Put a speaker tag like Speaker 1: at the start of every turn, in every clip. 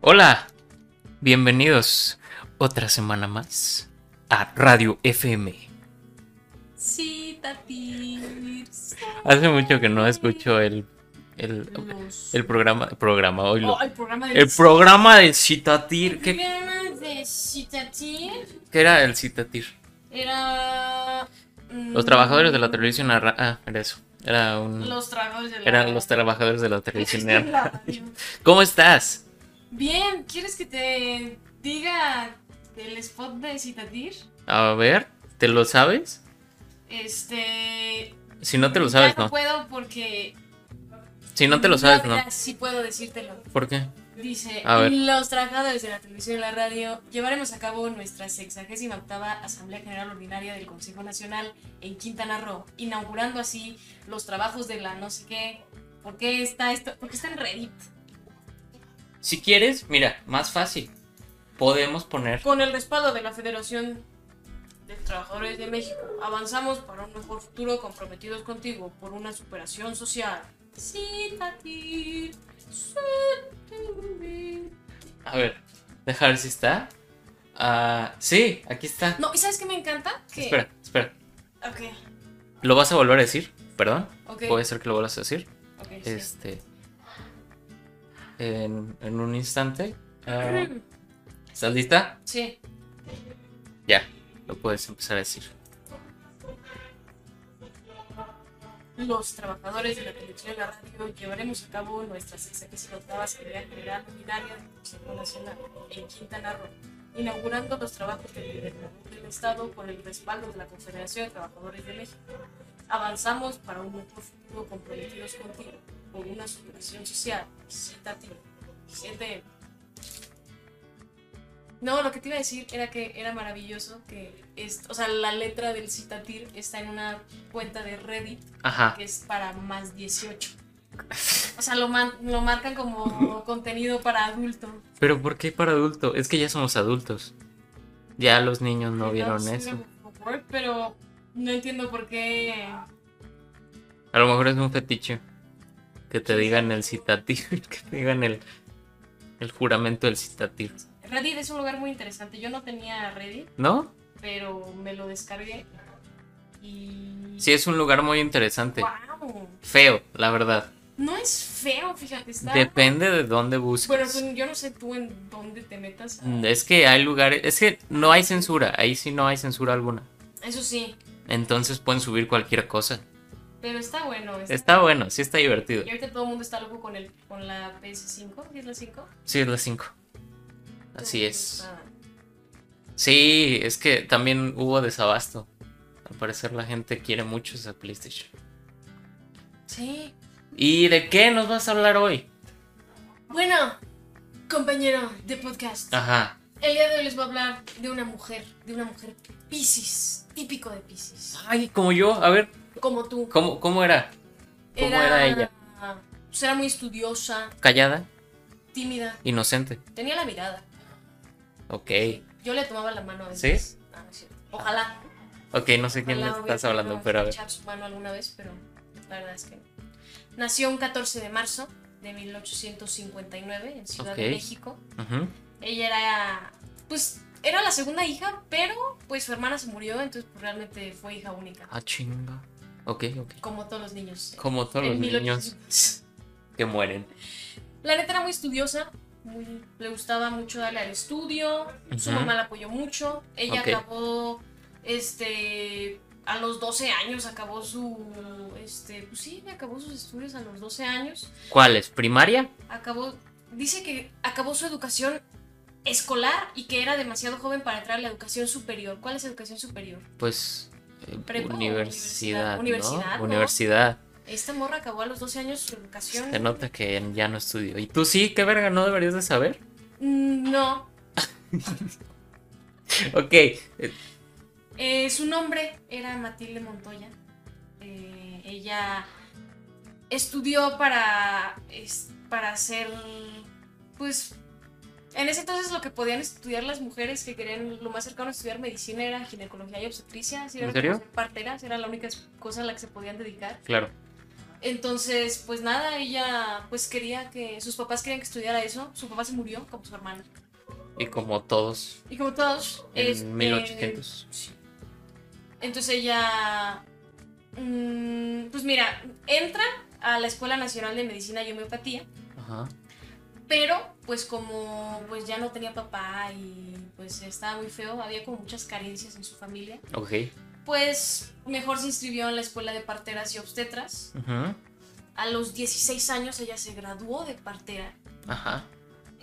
Speaker 1: Hola, bienvenidos otra semana más a Radio FM.
Speaker 2: Sí, Tati.
Speaker 1: Hace mucho que no escucho el, el,
Speaker 2: Los-
Speaker 1: el programa, programa hoy lo-
Speaker 2: Oh, el programa de
Speaker 1: el programa de Citatir,
Speaker 2: El
Speaker 1: que,
Speaker 2: programa de Citatir
Speaker 1: que era el Citatir.
Speaker 2: era. mm,
Speaker 1: Los trabajadores de la televisión, arra- ah, era eso, era un,
Speaker 2: Los trabajadores de la
Speaker 1: eran los trabajadores de la televisión.
Speaker 2: de la radio.
Speaker 1: ¿Cómo estás?
Speaker 2: Bien, ¿quieres que te diga el spot de Citatir?
Speaker 1: A ver, ¿te lo sabes?
Speaker 2: Este.
Speaker 1: Si no te lo sabes,
Speaker 2: ya no
Speaker 1: no.
Speaker 2: puedo porque.
Speaker 1: Si no te lo sabes, no.
Speaker 2: mira, Sí puedo decírtelo.
Speaker 1: ¿Por qué?
Speaker 2: Dice,
Speaker 1: A ver.
Speaker 2: los trabajadores de la televisión y la radio llevaremos a cabo nuestra 68 Asamblea General Ordinaria del Consejo Nacional en Quintana Roo, inaugurando así los trabajos de la no sé qué. ¿Por qué está esto? ¿Por qué está en Reddit?
Speaker 1: Si quieres, mira, más fácil. Podemos poner
Speaker 2: Con el respaldo de la Federación de Trabajadores de México, avanzamos para un mejor futuro comprometidos contigo por una superación social. Sí, Tati. Sí, Tati.
Speaker 1: A ver, dejar si está. Ah, sí, aquí está.
Speaker 2: No, ¿y sabes qué me encanta? Que...
Speaker 1: Espera, espera.
Speaker 2: Ok,
Speaker 1: ¿Lo vas a volver a decir? Perdón.
Speaker 2: ok.
Speaker 1: Puede ser que lo vuelvas a decir.
Speaker 2: ok, sí.
Speaker 1: Este. En, en un instante. Ah, ¿Estás lista?
Speaker 2: Sí.
Speaker 1: Ya, lo puedes empezar a decir.
Speaker 2: Los trabajadores de la televisión y la radio llevaremos a cabo nuestra 68 Asamblea General Ordinaria del Consejo Nacional en Quintana Roo, inaugurando los trabajos del gobernador del Estado con el respaldo de la Confederación de Trabajadores de México. Avanzamos para un mejor futuro comprometidos contigo, por una superación social, citativo, 7 No, lo que te iba a decir era que era maravilloso que, es, o sea, la letra del citatir está en una cuenta de Reddit
Speaker 1: Ajá.
Speaker 2: que es para más 18. O sea, lo, man- lo marcan como contenido para adulto.
Speaker 1: Pero ¿por qué para adulto? Es que ya somos adultos. Ya los niños no vieron
Speaker 2: sí me
Speaker 1: eso.
Speaker 2: preocupó, Pero no entiendo por qué.
Speaker 1: A lo mejor es un fetiche. Que te digan el citatir. Que te digan el, el juramento del citatir.
Speaker 2: Reddit es un lugar muy interesante. Yo no tenía Reddit,
Speaker 1: ¿No?
Speaker 2: pero me lo descargué. Y.
Speaker 1: Sí, este. es un lugar muy interesante.
Speaker 2: ¡Guau!
Speaker 1: Feo, la verdad.
Speaker 2: No es feo, fíjate. Está...
Speaker 1: Depende de dónde
Speaker 2: Bueno,
Speaker 1: busques. Mm,
Speaker 2: tú- yo no sé tú en dónde te metas.
Speaker 1: Es que hay lugares, es que no hay censura, ahí sí no hay censura alguna.
Speaker 2: Eso sí,
Speaker 1: Entonces pueden subir cualquier cosa.
Speaker 2: pero está bueno. Está...
Speaker 1: Está bueno, sí está divertido.
Speaker 2: Y ahorita todo el mundo está loco con, el, con la PS5, ¿sí es la 5?
Speaker 1: Sí, es las 5. Así
Speaker 2: Todo
Speaker 1: es.
Speaker 2: está-
Speaker 1: Sí, es que también hubo desabasto. Al parecer la gente quiere mucho esa PlayStation.
Speaker 2: Sí.
Speaker 1: ¿Y de qué nos vas a hablar hoy?
Speaker 2: Bueno, compañero de podcast,
Speaker 1: Ajá.
Speaker 2: el día de hoy les voy a hablar de una mujer, de una mujer Piscis, típico de Piscis,
Speaker 1: Ay, como yo, a ver,
Speaker 2: como tú.
Speaker 1: ¿cómo, cómo era? ¿Cómo era, ella?
Speaker 2: pues, era muy estudiosa,
Speaker 1: Callada,
Speaker 2: tímida,
Speaker 1: inocente.
Speaker 2: tenía la mirada.
Speaker 1: Ok.
Speaker 2: Yo le tomaba la mano a veces. Ah, no es cierto. Ojalá.
Speaker 1: Ok, no sé quién me
Speaker 2: ojalá
Speaker 1: estás
Speaker 2: hubiera
Speaker 1: hablando,
Speaker 2: podido
Speaker 1: pero a ver.
Speaker 2: estrechar su mano alguna vez, pero la verdad es que no. Nació un 14 de marzo de 1859 en Ciudad
Speaker 1: Ok.
Speaker 2: de México.
Speaker 1: Ujú.
Speaker 2: Ella era, pues, era la segunda hija, pero pues su hermana se murió, entonces pues, realmente fue hija única,
Speaker 1: Ah, chinga. Ok, ok.
Speaker 2: como todos los niños.
Speaker 1: Como todos
Speaker 2: En
Speaker 1: los
Speaker 2: 1800.
Speaker 1: niños que mueren.
Speaker 2: La neta era muy estudiosa, muy- le gustaba mucho darle al estudio, su
Speaker 1: Ujú.
Speaker 2: mamá la apoyó mucho, ella
Speaker 1: Ok.
Speaker 2: acabó, este, a los 12 años acabó su, este, pues sí, acabó sus estudios a los 12 años,
Speaker 1: ¿Cuáles? ¿Primaria?
Speaker 2: acabó, dice que acabó su educación escolar y que era demasiado joven para entrar a la educación superior. ¿Cuál es educación superior?
Speaker 1: Pues eh,
Speaker 2: Prepa o
Speaker 1: universidad,
Speaker 2: universidad.
Speaker 1: ¿no?
Speaker 2: Universidad, ¿no?
Speaker 1: Universidad.
Speaker 2: Esta morra acabó a los 12 años su educación.
Speaker 1: Se nota que ya no estudió. ¿Y tú sí? ¿Qué verga? ¿No deberías de saber?
Speaker 2: Mm, No.
Speaker 1: Ok. eh,
Speaker 2: Eh, su nombre era Matilde Montoya. Eh, ella estudió para, es- para ser, pues, en ese entonces lo que podían estudiar las mujeres que querían lo más cercano a estudiar medicina era ginecología y obstetricia. así
Speaker 1: ¿En
Speaker 2: era
Speaker 1: serio?
Speaker 2: como ser Parteras, era la única cosa a la que se podían dedicar.
Speaker 1: Claro.
Speaker 2: Entonces, pues nada, ella pues quería que sus papás querían que estudiara eso. Su papá se murió, como su hermano.
Speaker 1: Y como todos
Speaker 2: Y como todos,
Speaker 1: en
Speaker 2: este,
Speaker 1: 1800.
Speaker 2: Entonces ella, mm, pues mira, entra a la Escuela Nacional de Medicina y Homeopatía,
Speaker 1: Ajá.
Speaker 2: pero pues como pues ya no tenía papá y pues estaba muy feo, había como muchas carencias en su familia,
Speaker 1: Ok.
Speaker 2: pues mejor se inscribió en la Escuela de Parteras y Obstetras.
Speaker 1: Ujú.
Speaker 2: A los 16 años ella se graduó de partera
Speaker 1: Ajá.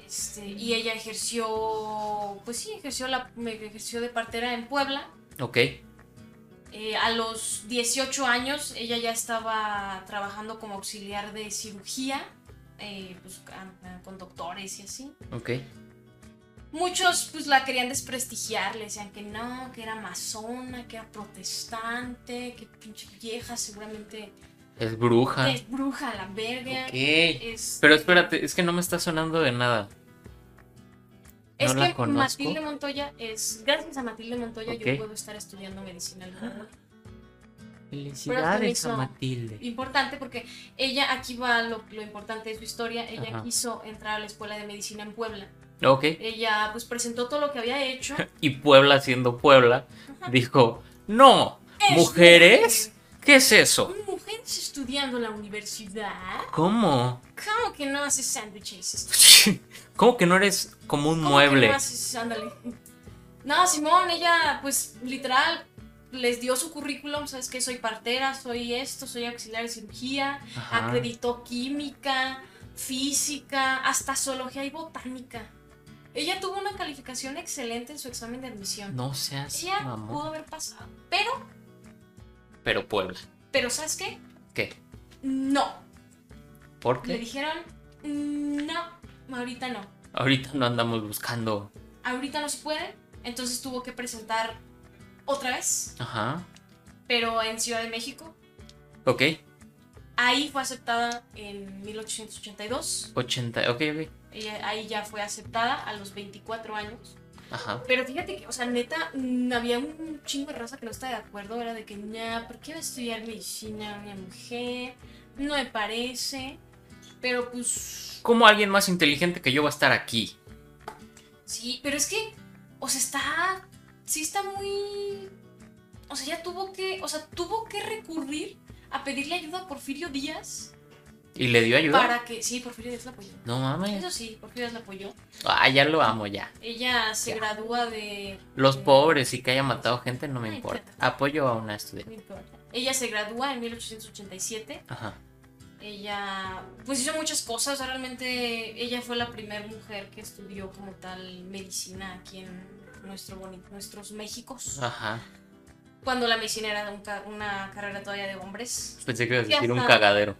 Speaker 2: este, y ella ejerció, pues sí, ejerció, la, ejerció de partera en Puebla.
Speaker 1: Ok.
Speaker 2: Eh, a los 18 años ella ya estaba trabajando como auxiliar de cirugía, eh, pues, a- a- con doctores y así.
Speaker 1: Ok.
Speaker 2: Muchos pues la querían desprestigiar, le decían que no, que era masona, que era protestante, que pinche vieja, seguramente
Speaker 1: Es bruja.
Speaker 2: es bruja la verga.
Speaker 1: Ah. Ok.
Speaker 2: Es-
Speaker 1: Pero espérate, es que no me está sonando de nada.
Speaker 2: es
Speaker 1: no la
Speaker 2: que
Speaker 1: conozco.
Speaker 2: Matilde Montoya es, gracias a Matilde Montoya
Speaker 1: Ok. Ah.
Speaker 2: yo puedo estar estudiando medicina. alguna.
Speaker 1: Felicidades
Speaker 2: eso-
Speaker 1: a Matilde.
Speaker 2: importante porque ella aquí va lo, lo importante de su historia ella
Speaker 1: Ajá.
Speaker 2: quiso entrar a la escuela de medicina en Puebla
Speaker 1: Ok.
Speaker 2: ella pues presentó todo lo que había hecho
Speaker 1: Y Puebla siendo Puebla, dijo, no,
Speaker 2: Es
Speaker 1: mujeres, ¿qué es eso?
Speaker 2: mujer. eh, mujeres estudiando en la universidad
Speaker 1: ¿Cómo?
Speaker 2: cómo que no haces sándwiches
Speaker 1: ¿Cómo que no eres como un
Speaker 2: ¿Cómo
Speaker 1: mueble?
Speaker 2: que no haces? Ándale. no Simón ella pues literal les dio su currículum sabes que soy partera soy esto soy auxiliar de cirugía
Speaker 1: Ajá.
Speaker 2: acreditó química, física, hasta zoología y botánica. Ella tuvo una calificación excelente en su examen de admisión.
Speaker 1: No seas
Speaker 2: Ella pudo
Speaker 1: mamón.
Speaker 2: haber pasado, pero,
Speaker 1: Pero Puebla.
Speaker 2: pero ¿sabes qué?
Speaker 1: ¿Qué?
Speaker 2: No.
Speaker 1: ¿Por
Speaker 2: Le
Speaker 1: qué?
Speaker 2: dijeron, "Mm, no, ahorita no.
Speaker 1: Ahorita no andamos buscando.
Speaker 2: Ahorita no se puede. Entonces tuvo que presentar otra vez,
Speaker 1: Ajá.
Speaker 2: pero en Ciudad de México.
Speaker 1: Ok.
Speaker 2: Ahí fue aceptada en 1882.
Speaker 1: 80. Ok, ok.
Speaker 2: Ella, ahí ya fue aceptada a los 24 años.
Speaker 1: Ajá.
Speaker 2: Pero fíjate que, o sea, neta, mm, había un chingo de raza que no estaba de acuerdo. Era de que, nah, ¿por qué va a estudiar medicina una mujer? No me parece. Pero pues,
Speaker 1: ¿Cómo alguien más inteligente que yo va a estar aquí?
Speaker 2: sí, pero es que, o sea, está. Sí, está muy. O sea, ya tuvo que. O sea, tuvo que recurrir a pedirle ayuda a Porfirio Díaz
Speaker 1: ¿Y le dio ayuda?
Speaker 2: para que. Sí, Porfirio Díaz la apoyó.
Speaker 1: No mames.
Speaker 2: Eso sí, Porfirio Díaz la apoyó.
Speaker 1: Ah, ya lo amo, ya.
Speaker 2: Ella se
Speaker 1: Ya.
Speaker 2: gradúa de
Speaker 1: Los
Speaker 2: Eh.
Speaker 1: pobres y que haya matado gente no me
Speaker 2: Ay,
Speaker 1: importa.
Speaker 2: claro.
Speaker 1: Apoyo a una estudiante.
Speaker 2: no importa. Ella se gradúa en 1887.
Speaker 1: Ajá.
Speaker 2: Ella pues hizo muchas cosas, o sea, realmente ella fue la primera mujer que estudió como tal medicina aquí en nuestro boni- nuestros Méxicos.
Speaker 1: Ajá.
Speaker 2: Cuando la medicina era un ca- una carrera todavía de hombres.
Speaker 1: Pensé que ibas a
Speaker 2: Ya
Speaker 1: decir un
Speaker 2: está.
Speaker 1: cagadero.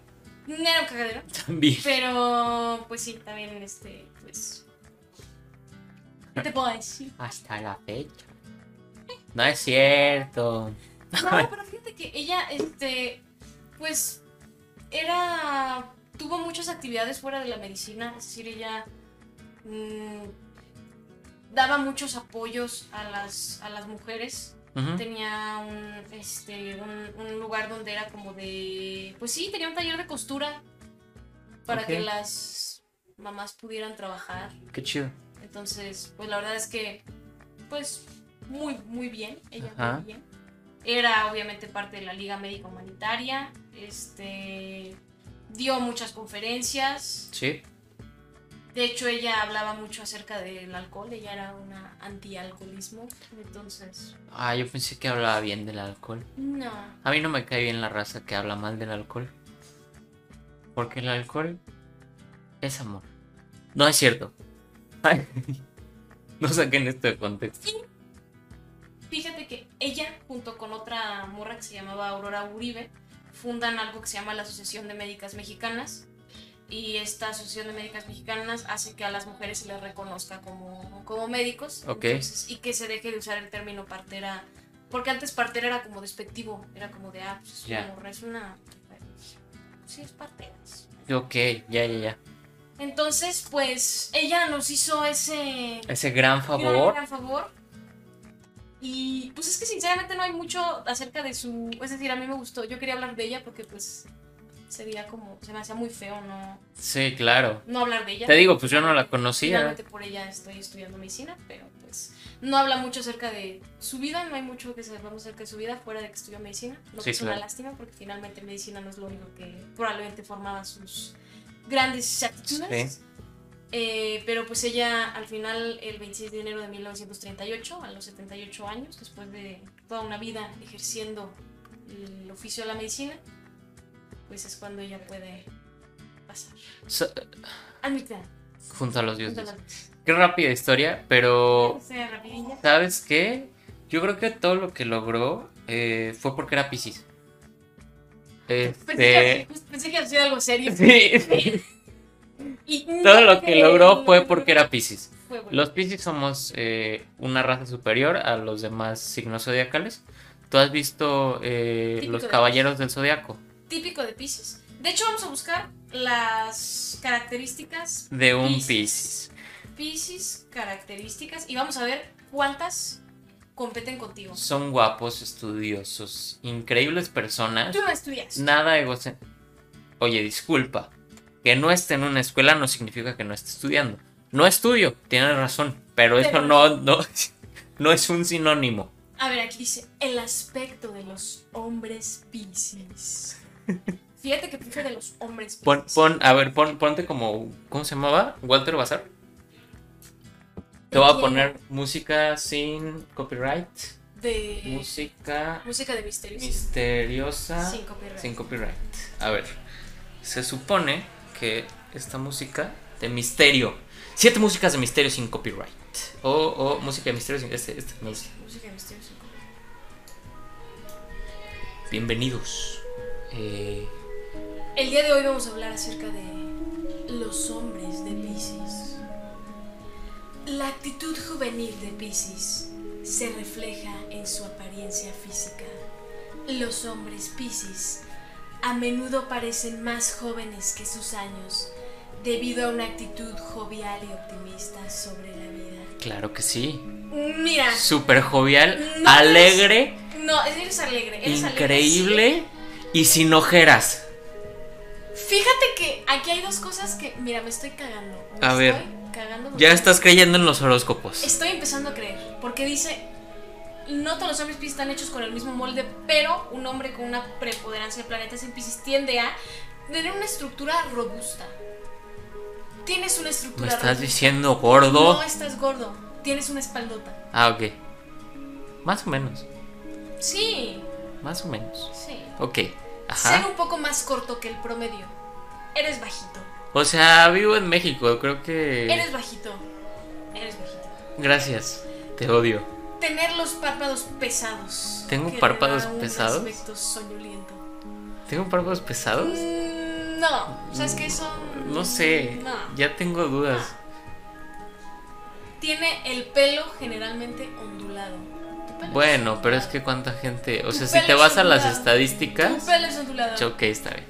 Speaker 2: No era un cagadero,
Speaker 1: También.
Speaker 2: pero pues sí, también este, pues... ¿Qué te puedo decir?
Speaker 1: Hasta la fecha. No es cierto.
Speaker 2: No, pero fíjate que ella, este, pues, era, tuvo muchas actividades fuera de la medicina, es decir, ella mm, daba muchos apoyos a las, a las mujeres,
Speaker 1: Ujú.
Speaker 2: tenía un, este, un, un lugar donde era como de, pues sí, tenía un taller de costura para
Speaker 1: Ok.
Speaker 2: que las mamás pudieran trabajar,
Speaker 1: Qué chido.
Speaker 2: entonces, pues la verdad es que, pues, muy, muy bien. Ella
Speaker 1: Ajá.
Speaker 2: muy bien. Era obviamente parte de la Liga Médica Humanitaria. Este. Dio muchas conferencias.
Speaker 1: Sí.
Speaker 2: De hecho, ella hablaba mucho acerca del alcohol. Ella era una antialcoholismo. Entonces.
Speaker 1: Ah, yo pensé que hablaba bien del alcohol.
Speaker 2: No.
Speaker 1: A mí no me cae bien la raza que habla mal del alcohol. Porque el alcohol es amor. No es cierto. Ay, no saquen esto de este contexto.
Speaker 2: Fíjate que ella, junto con otra morra que se llamaba Aurora Uribe, fundan algo que se llama la Asociación de Médicas Mexicanas. Y esta Asociación de Médicas Mexicanas hace que a las mujeres se les reconozca como, como médicos.
Speaker 1: Ok.
Speaker 2: entonces, y que se deje de usar el término partera. Porque antes partera era como despectivo. Era como de, ah, pues es
Speaker 1: Ya.
Speaker 2: una morra, es una. Sí, es partera. es-
Speaker 1: Ok, ya, ya, ya.
Speaker 2: Entonces, pues ella nos hizo ese
Speaker 1: Ese gran favor.
Speaker 2: gran favor. Y pues es que sinceramente no hay mucho acerca de su... Es decir, a mí me gustó. Yo quería hablar de ella porque pues sería como, se me hacía muy feo no,
Speaker 1: Sí, claro.
Speaker 2: no hablar de ella.
Speaker 1: Te digo, pues yo no la conocía.
Speaker 2: Finalmente por ella estoy estudiando medicina, pero pues no habla mucho acerca de su vida, no hay mucho que sepamos acerca de su vida fuera de que estudió medicina, lo que
Speaker 1: Sí,
Speaker 2: es una
Speaker 1: claro.
Speaker 2: lástima porque finalmente medicina no es lo único que probablemente formaba sus grandes actitudes. Eh, pero pues ella al final el 26 de enero de 1938, a los 78 años, después de toda una vida ejerciendo el oficio de la medicina, pues es cuando ella puede pasar.
Speaker 1: So-
Speaker 2: Admitida.
Speaker 1: junto a los dioses. Qué rápida historia, pero
Speaker 2: sea rapidilla.
Speaker 1: ¿sabes qué? Yo creo que todo lo que logró eh, fue porque era Piscis.
Speaker 2: Pensé,
Speaker 1: Este,
Speaker 2: que, pues, pensé que había sido algo serio.
Speaker 1: sí,
Speaker 2: Y no
Speaker 1: todo lo que
Speaker 2: creo,
Speaker 1: logró
Speaker 2: no
Speaker 1: fue
Speaker 2: creo.
Speaker 1: porque era Piscis.
Speaker 2: Fue bueno.
Speaker 1: Los Piscis somos eh, una raza superior a los demás signos zodiacales. Tú has visto eh,
Speaker 2: Típico
Speaker 1: los
Speaker 2: de
Speaker 1: caballeros del zodiaco
Speaker 2: Típico de Pisces. De hecho, vamos a buscar las características
Speaker 1: de un
Speaker 2: Piscis.
Speaker 1: Piscis.
Speaker 2: Pisces, características, y vamos a ver cuántas competen contigo.
Speaker 1: Son guapos, estudiosos, increíbles personas.
Speaker 2: Tú no estudias.
Speaker 1: Nada egocéntrico. Oye, disculpa. Que no esté en una escuela no significa que no esté estudiando. No estudio, tienes razón. Pero eso
Speaker 2: Pero-
Speaker 1: no, no, no es un sinónimo.
Speaker 2: A ver, aquí dice el aspecto de los hombres Pisces. Fíjate que puse de los hombres
Speaker 1: Pon,
Speaker 2: Pisces.
Speaker 1: pon- a ver, pon, ponte como. ¿Cómo se llamaba? Walter Bazar. Te voy a poner música sin copyright.
Speaker 2: De
Speaker 1: Música
Speaker 2: música de misterios.
Speaker 1: misteriosa.
Speaker 2: Sin copyright.
Speaker 1: Sin copyright. A ver, se supone que esta música de misterio. Siete músicas de misterio sin copyright. O, o música de misterio sin. Este, este, no sé.
Speaker 2: Música de misterios sin copyright.
Speaker 1: Bienvenidos. Eh,
Speaker 2: El día de hoy vamos a hablar acerca de los hombres de Pisces. La actitud juvenil de Pisces se refleja en su apariencia física. Los hombres Pisces a menudo parecen más jóvenes que sus años debido a una actitud jovial y optimista sobre la vida.
Speaker 1: claro que sí.
Speaker 2: Mira,
Speaker 1: Ah. Súper jovial,
Speaker 2: No,
Speaker 1: alegre,
Speaker 2: no, eres alegre, eres alegre, sí.
Speaker 1: increíble y sin ojeras.
Speaker 2: Fíjate que aquí hay dos cosas que, mira, me estoy cagando. Me
Speaker 1: A ver,
Speaker 2: estoy cagando
Speaker 1: Ya
Speaker 2: porque-
Speaker 1: estás creyendo en los horóscopos.
Speaker 2: Estoy empezando a creer, porque dice, no todos los hombres Pisces están hechos con el mismo molde, pero un hombre con una preponderancia de planetas en Pisces tiende a tener una estructura robusta. Tienes una
Speaker 1: ¿Me
Speaker 2: estructura
Speaker 1: estás
Speaker 2: robusta.
Speaker 1: diciendo gordo?
Speaker 2: No estás gordo, tienes una espaldota.
Speaker 1: Ah, ok. Más o menos.
Speaker 2: Sí,
Speaker 1: Más o menos.
Speaker 2: sí.
Speaker 1: Ok.
Speaker 2: Ser
Speaker 1: Ajá.
Speaker 2: un poco más corto que el promedio. Eres bajito.
Speaker 1: O sea, vivo en México, creo que.
Speaker 2: Eres bajito. Eres bajito.
Speaker 1: Gracias, te odio.
Speaker 2: Tener los párpados pesados.
Speaker 1: ¿Tengo
Speaker 2: que le
Speaker 1: párpados
Speaker 2: da un
Speaker 1: pesados?
Speaker 2: aspecto soñoliento.
Speaker 1: ¿Tengo párpados pesados?
Speaker 2: Mm, No, ¿sabes qué eso?
Speaker 1: No sé,
Speaker 2: No.
Speaker 1: ya tengo dudas.
Speaker 2: Tiene el pelo generalmente ondulado. Tu pelo
Speaker 1: Bueno, pero es
Speaker 2: ondulado.
Speaker 1: que cuánta gente... O
Speaker 2: Tu
Speaker 1: sea,
Speaker 2: pelo
Speaker 1: si te
Speaker 2: es
Speaker 1: vas a las
Speaker 2: ondulado. Tu
Speaker 1: estadísticas...
Speaker 2: pelo es ondulado.
Speaker 1: Ok, está bien.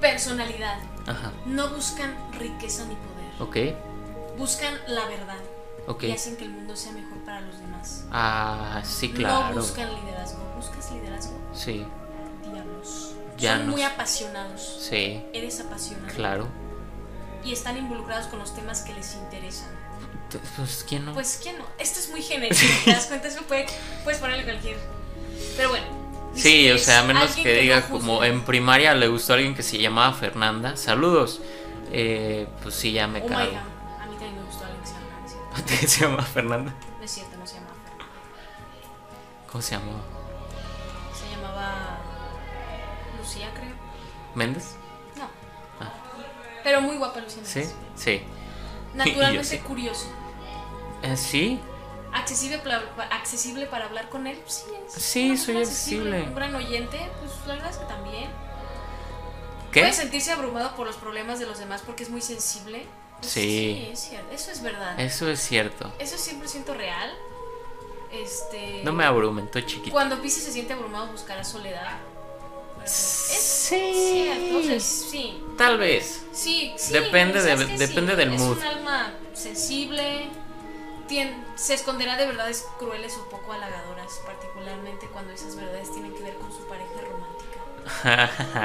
Speaker 2: Personalidad.
Speaker 1: Ajá.
Speaker 2: No buscan riqueza ni poder.
Speaker 1: Ok,
Speaker 2: Buscan la verdad
Speaker 1: ok.
Speaker 2: y hacen que el mundo sea mejor para los demás.
Speaker 1: Ah, sí,
Speaker 2: No
Speaker 1: claro.
Speaker 2: buscan liderazgo. ¿Buscas liderazgo?
Speaker 1: Sí,
Speaker 2: Diablos. Son
Speaker 1: Llanos.
Speaker 2: muy apasionados.
Speaker 1: sí,
Speaker 2: Eres apasionado.
Speaker 1: claro.
Speaker 2: Y están involucrados con los temas que les interesan.
Speaker 1: T- Pues, ¿quién no?
Speaker 2: Pues quién no. Esto es muy genérico. ¿Te das cuenta? Eso puede, puedes ponerle cualquier. Pero bueno. dice
Speaker 1: Sí, o
Speaker 2: es
Speaker 1: sea, a menos
Speaker 2: alguien
Speaker 1: que
Speaker 2: no Oh
Speaker 1: diga
Speaker 2: juzgue.
Speaker 1: como en primaria le gustó a alguien que se llamaba Fernanda. Saludos. Eh, pues sí, ya me
Speaker 2: Oh my
Speaker 1: cago.
Speaker 2: god. A mí también me gustó alguien que se llama Nancy.
Speaker 1: ¿A ti se llama Fernanda?
Speaker 2: No es cierto, no se llamaba Fernanda.
Speaker 1: ¿Cómo se llamaba?
Speaker 2: Se llamaba. Lucía, creo.
Speaker 1: ¿Méndez?
Speaker 2: No.
Speaker 1: Ah.
Speaker 2: Pero muy guapa Lucía.
Speaker 1: Sí,
Speaker 2: Méndez.
Speaker 1: sí. Yo
Speaker 2: Naturalmente
Speaker 1: sé.
Speaker 2: curioso.
Speaker 1: Eh, sí,
Speaker 2: Accesible, pla- pa- accesible para hablar con él. Sí, es
Speaker 1: Sí,
Speaker 2: una
Speaker 1: soy
Speaker 2: persona
Speaker 1: accesible.
Speaker 2: Un gran oyente, pues la verdad es que también.
Speaker 1: ¿qué?
Speaker 2: Puede sentirse abrumado por los problemas de los demás porque es muy sensible. Pues
Speaker 1: Sí.
Speaker 2: es cierto. Eso es verdad.
Speaker 1: Eso es cierto.
Speaker 2: Eso es 100% real. Este.
Speaker 1: No me abrumen, estoy chiquito.
Speaker 2: Cuando Pisces se siente abrumado, buscará soledad. Es cierto. o sea,
Speaker 1: Sí,
Speaker 2: sí.
Speaker 1: tal vez.
Speaker 2: Sí, sí.
Speaker 1: Depende
Speaker 2: quizás
Speaker 1: de-
Speaker 2: que
Speaker 1: depende del mood.
Speaker 2: Es un alma sensible. tien- se esconderá de verdades crueles o poco halagadoras, particularmente cuando esas verdades tienen que ver con su pareja romántica.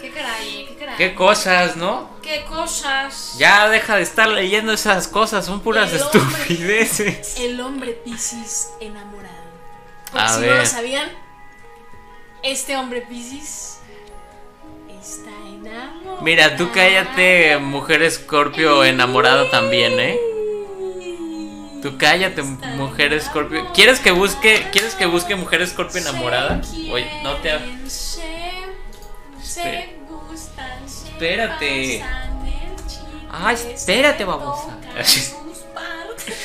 Speaker 2: ¿Qué caray? ¿Qué caray?
Speaker 1: ¿Qué cosas, no?
Speaker 2: ¿Qué cosas?
Speaker 1: Ya deja de estar leyendo esas cosas, son puras
Speaker 2: El hombre.
Speaker 1: estupideces.
Speaker 2: El hombre Piscis enamorado. Porque
Speaker 1: A
Speaker 2: si no
Speaker 1: ver.
Speaker 2: lo sabían, este hombre Piscis está enamorado.
Speaker 1: Mira, tú cállate, mujer escorpio enamorada también, ¿eh? Tú cállate,
Speaker 2: Está
Speaker 1: mujer escorpio.
Speaker 2: enamorado.
Speaker 1: ¿Quieres que busque, quieres que busque mujer escorpio enamorada?
Speaker 2: Se
Speaker 1: Oye, no te ha-
Speaker 2: quieren, se- se
Speaker 1: Espera.
Speaker 2: gustan, se
Speaker 1: Espérate.
Speaker 2: pasan el chicle,
Speaker 1: Ay, espérate,
Speaker 2: se
Speaker 1: babosa.
Speaker 2: tocan sus partes.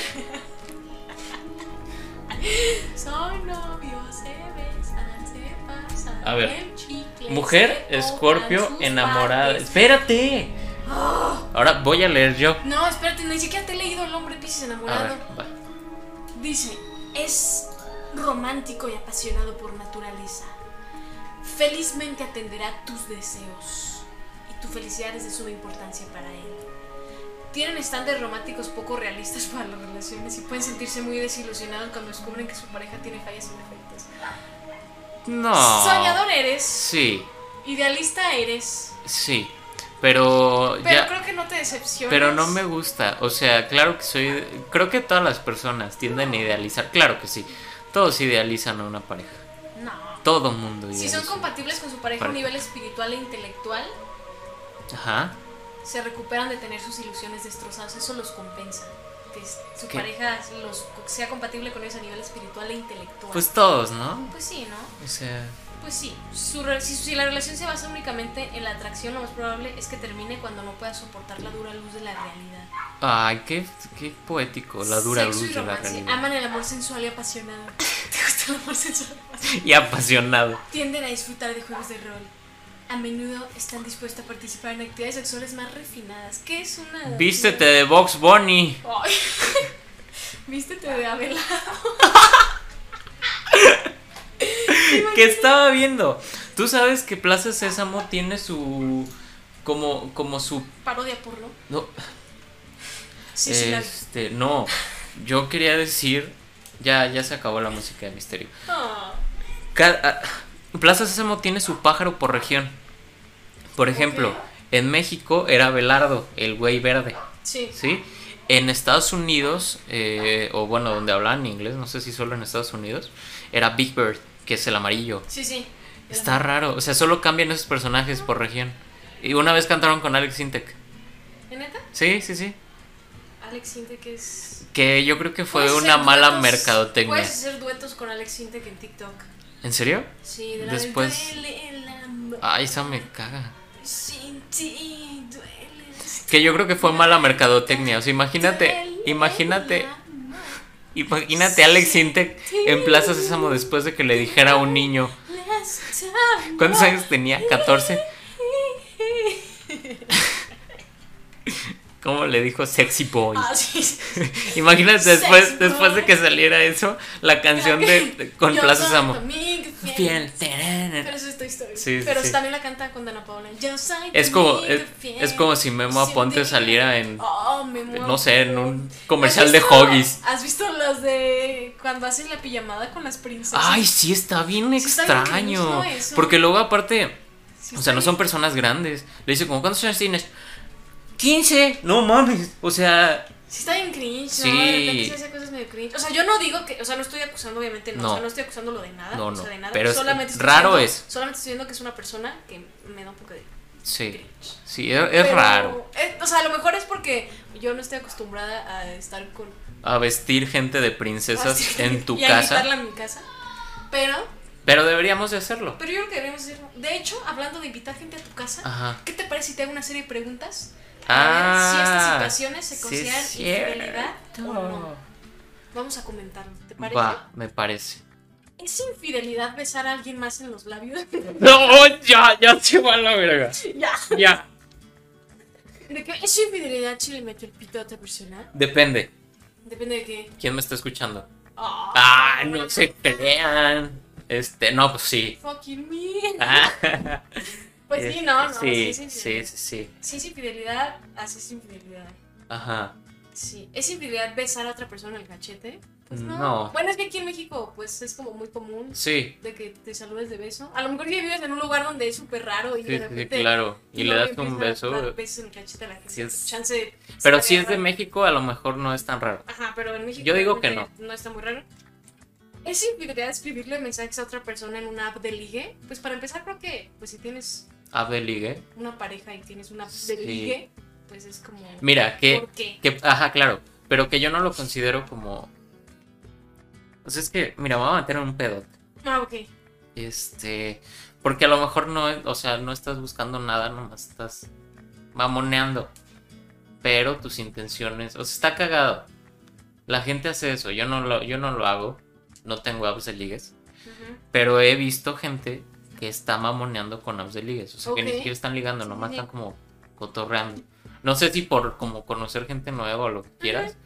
Speaker 2: Son novios, se besan, se pasan
Speaker 1: A ver.
Speaker 2: el chicle,
Speaker 1: Mujer
Speaker 2: se tocan
Speaker 1: escorpio
Speaker 2: sus
Speaker 1: enamorada.
Speaker 2: partes.
Speaker 1: Espérate. Ahora voy a leer yo.
Speaker 2: No, espérate, ni siquiera te he leído El hombre Pisces
Speaker 1: A ver,
Speaker 2: enamorado.
Speaker 1: va.
Speaker 2: Dice, es romántico y apasionado por naturaleza. Felizmente atenderá tus deseos y tu felicidad es de suma importancia para él. Tienen estándares románticos poco realistas para las relaciones y pueden sentirse muy desilusionados cuando descubren que su pareja tiene fallas y defectos.
Speaker 1: No.
Speaker 2: Soñador eres,
Speaker 1: Sí,
Speaker 2: idealista eres,
Speaker 1: sí. Pero,
Speaker 2: pero
Speaker 1: ya.
Speaker 2: creo que no te decepciones.
Speaker 1: Pero no me gusta. O sea, claro que soy. Creo que todas las personas tienden a idealizar. Claro que sí. Todos idealizan a una pareja.
Speaker 2: No.
Speaker 1: Todo mundo
Speaker 2: Si
Speaker 1: idealiza.
Speaker 2: son compatibles con su pareja a un
Speaker 1: Pareja.
Speaker 2: nivel espiritual e intelectual,
Speaker 1: Ajá.
Speaker 2: se recuperan de tener sus ilusiones destrozadas, eso los compensa. Que es- su
Speaker 1: ¿Qué?
Speaker 2: pareja los, sea compatible con ellos a nivel espiritual e intelectual.
Speaker 1: Pues todos, ¿no?
Speaker 2: Pues sí, ¿no?
Speaker 1: O sea.
Speaker 2: Pues sí. Su re- si, si la relación se basa únicamente en la atracción, lo más probable es que termine cuando no pueda soportar la dura luz de la realidad.
Speaker 1: Ay, qué, qué poético. La dura
Speaker 2: Sexo y
Speaker 1: luz de la
Speaker 2: romance.
Speaker 1: realidad.
Speaker 2: Aman el amor sensual y apasionado. ¿Te gusta el amor sensual?
Speaker 1: Y apasionado.
Speaker 2: Tienden a disfrutar de juegos de rol. A menudo están dispuestos a participar en actividades sexuales más refinadas. ¿Qué es una.?
Speaker 1: Vístete de Box Bunny.
Speaker 2: Ay. Vístete de Abelardo.
Speaker 1: que estaba viendo. Tú sabes que Plaza Sésamo tiene su. Como, como su.
Speaker 2: Parodia porno.
Speaker 1: No,
Speaker 2: Sí, sí, la vi.
Speaker 1: este, no. Yo quería decir. Ya, ya se acabó la música de misterio.
Speaker 2: Ah,
Speaker 1: Ca- ah, Plaza Sésamo tiene su pájaro por región. Por ejemplo,
Speaker 2: Ok.
Speaker 1: en México era Belardo, el güey verde.
Speaker 2: sí.
Speaker 1: ¿sí? En Estados Unidos, eh, o bueno, donde hablaban inglés, no sé si solo en Estados Unidos, era Big Bird, que es el amarillo.
Speaker 2: Sí, sí.
Speaker 1: Está raro, o sea, solo cambian esos personajes por región. Y una vez cantaron con Alex Intec.
Speaker 2: ¿En neta?
Speaker 1: Sí, sí, sí.
Speaker 2: Alex Sinte que es.
Speaker 1: Que yo creo que fue
Speaker 2: Puedes
Speaker 1: una
Speaker 2: hacer
Speaker 1: mala
Speaker 2: duetos-
Speaker 1: mercadotecnia.
Speaker 2: Puedes hacer duetos con Alex Sinte que en TikTok.
Speaker 1: ¿En serio?
Speaker 2: Sí, de la de
Speaker 1: Después- Ah.
Speaker 2: duele el amor.
Speaker 1: Ay, esa me caga.
Speaker 2: Sin ti duele.
Speaker 1: Que yo creo que fue mala mercadotecnia. O sea, imagínate,
Speaker 2: Duele
Speaker 1: imagínate,
Speaker 2: el amor.
Speaker 1: imagínate a Alex Intec en Plaza Sésamo después de que le dijera a un niño.
Speaker 2: Las
Speaker 1: ¿Cuántos
Speaker 2: amo.
Speaker 1: años tenía? ¿14? ¿Cómo le dijo sexy boy?
Speaker 2: Ah, sí, sí.
Speaker 1: Imagínate
Speaker 2: Sexy
Speaker 1: después,
Speaker 2: boy.
Speaker 1: después de que saliera eso, la canción de, de- con
Speaker 2: Yo
Speaker 1: Plaza
Speaker 2: soy tu
Speaker 1: Samo.
Speaker 2: amiga fiel.
Speaker 1: Fiel.
Speaker 2: Pero eso es tu historia.
Speaker 1: Sí, sí,
Speaker 2: Pero
Speaker 1: sí.
Speaker 2: también la canta con Dana Paola. Yo soy tu
Speaker 1: Es como,
Speaker 2: amiga
Speaker 1: es,
Speaker 2: fiel.
Speaker 1: es como si Memo
Speaker 2: Sin
Speaker 1: Aponte
Speaker 2: ti-
Speaker 1: saliera en,
Speaker 2: Oh, Pues me muero.
Speaker 1: no sé, en un
Speaker 2: ¿Has
Speaker 1: comercial de
Speaker 2: visto-
Speaker 1: Hoggies.
Speaker 2: ¿Has visto los de cuando hacen la pijamada con las princesas?
Speaker 1: Ay, sí, está bien
Speaker 2: Sí, está bien
Speaker 1: extraño.
Speaker 2: cringe, ¿no? Eso.
Speaker 1: Porque luego aparte, o
Speaker 2: Sí,
Speaker 1: sea,
Speaker 2: está
Speaker 1: no son
Speaker 2: bien.
Speaker 1: personas grandes. Le dice como, ¿cuántos años tienes? 15. No mames. O sea,
Speaker 2: Sí, está bien cringe.
Speaker 1: Sí.
Speaker 2: ¿no? De repente se hace cosas medio cringe. O sea, yo no digo que. O sea, no estoy acusando, obviamente, no.
Speaker 1: No.
Speaker 2: O sea, no estoy acusándolo de nada.
Speaker 1: No,
Speaker 2: o sea,
Speaker 1: no.
Speaker 2: de nada.
Speaker 1: Pero es-
Speaker 2: solamente estoy
Speaker 1: raro
Speaker 2: diciendo-
Speaker 1: es.
Speaker 2: Solamente estoy diciendo que es una persona que me da un poco de
Speaker 1: sí.
Speaker 2: cringe.
Speaker 1: Sí, e-, es, es
Speaker 2: Pero,
Speaker 1: raro.
Speaker 2: eh, o sea, a lo mejor es porque yo no estoy acostumbrada a estar con.
Speaker 1: A vestir gente de princesas
Speaker 2: así,
Speaker 1: Pues en tu
Speaker 2: y a
Speaker 1: casa.
Speaker 2: invitarla a mi casa. Pero,
Speaker 1: Pero deberíamos de hacerlo.
Speaker 2: pero yo creo que deberíamos hacerlo. De hecho, hablando de invitar gente a tu casa,
Speaker 1: Ajá.
Speaker 2: ¿qué te parece si te hago una serie de preguntas?
Speaker 1: Ah,
Speaker 2: a ver si estas situaciones
Speaker 1: sí
Speaker 2: se
Speaker 1: es
Speaker 2: consideran infidelidad
Speaker 1: cierto.
Speaker 2: o no. Vamos a comentarlo, ¿te parece?
Speaker 1: Va, me parece.
Speaker 2: ¿Es infidelidad besar a alguien más en los labios?
Speaker 1: No, ya, ya se va la verga.
Speaker 2: ya.
Speaker 1: Ya.
Speaker 2: ¿De qué? ¿Es infidelidad si le meto el pito a otra persona?
Speaker 1: Depende.
Speaker 2: Depende de qué.
Speaker 1: ¿Quién me está escuchando?
Speaker 2: Ah,
Speaker 1: Ah, no se crean. Este, no, pues sí.
Speaker 2: Fucking me.
Speaker 1: Ah,
Speaker 2: Pues sí, no, no.
Speaker 1: Sí,
Speaker 2: sí,
Speaker 1: sí, sí,
Speaker 2: sí, sí.
Speaker 1: sí.
Speaker 2: Si es infidelidad, así es infidelidad.
Speaker 1: Ajá.
Speaker 2: Sí. ¿Es infidelidad besar a otra persona en el cachete? Pues no.
Speaker 1: No.
Speaker 2: Bueno, es que aquí en México, pues es como muy común
Speaker 1: Sí,
Speaker 2: de que te saludes de beso. A lo mejor si vives en un lugar donde es súper raro y
Speaker 1: sí,
Speaker 2: de
Speaker 1: sí,
Speaker 2: repente.
Speaker 1: claro. Y le
Speaker 2: luego
Speaker 1: das un
Speaker 2: empiezan a dar
Speaker 1: beso.
Speaker 2: besos en cachete a la gente.
Speaker 1: Sí es-
Speaker 2: Chance,
Speaker 1: Pero
Speaker 2: estaría
Speaker 1: si es de
Speaker 2: raro.
Speaker 1: México, a lo mejor no es tan raro.
Speaker 2: Ajá, pero en México.
Speaker 1: Yo digo que
Speaker 2: realmente No está muy raro. ¿Es infidelidad escribirle mensajes a otra persona en una app de ligue? Pues para empezar, creo que pues si tienes
Speaker 1: App de ligue.
Speaker 2: una pareja y tienes una app de
Speaker 1: Sí.
Speaker 2: ligue, pues es como.
Speaker 1: Mira, que
Speaker 2: ¿Por qué?
Speaker 1: Que, ajá, claro. Pero que yo no lo considero como. O sea, es que, mira, me voy a meter en un pedo.
Speaker 2: Ah, ok.
Speaker 1: Este. Porque a lo mejor no, o sea, no estás buscando nada, nomás estás mamoneando. Pero tus intenciones. O sea, está cagado. La gente hace eso. Yo no lo, yo no lo hago. No tengo apps de ligues.
Speaker 2: Ujú.
Speaker 1: Pero he visto gente que está mamoneando con apps de ligues. O sea, que
Speaker 2: Ok.
Speaker 1: ni siquiera están ligando,
Speaker 2: Sí,
Speaker 1: nomás
Speaker 2: sí, sí.
Speaker 1: están como cotorreando. No sé si por como conocer gente nueva o lo que quieras.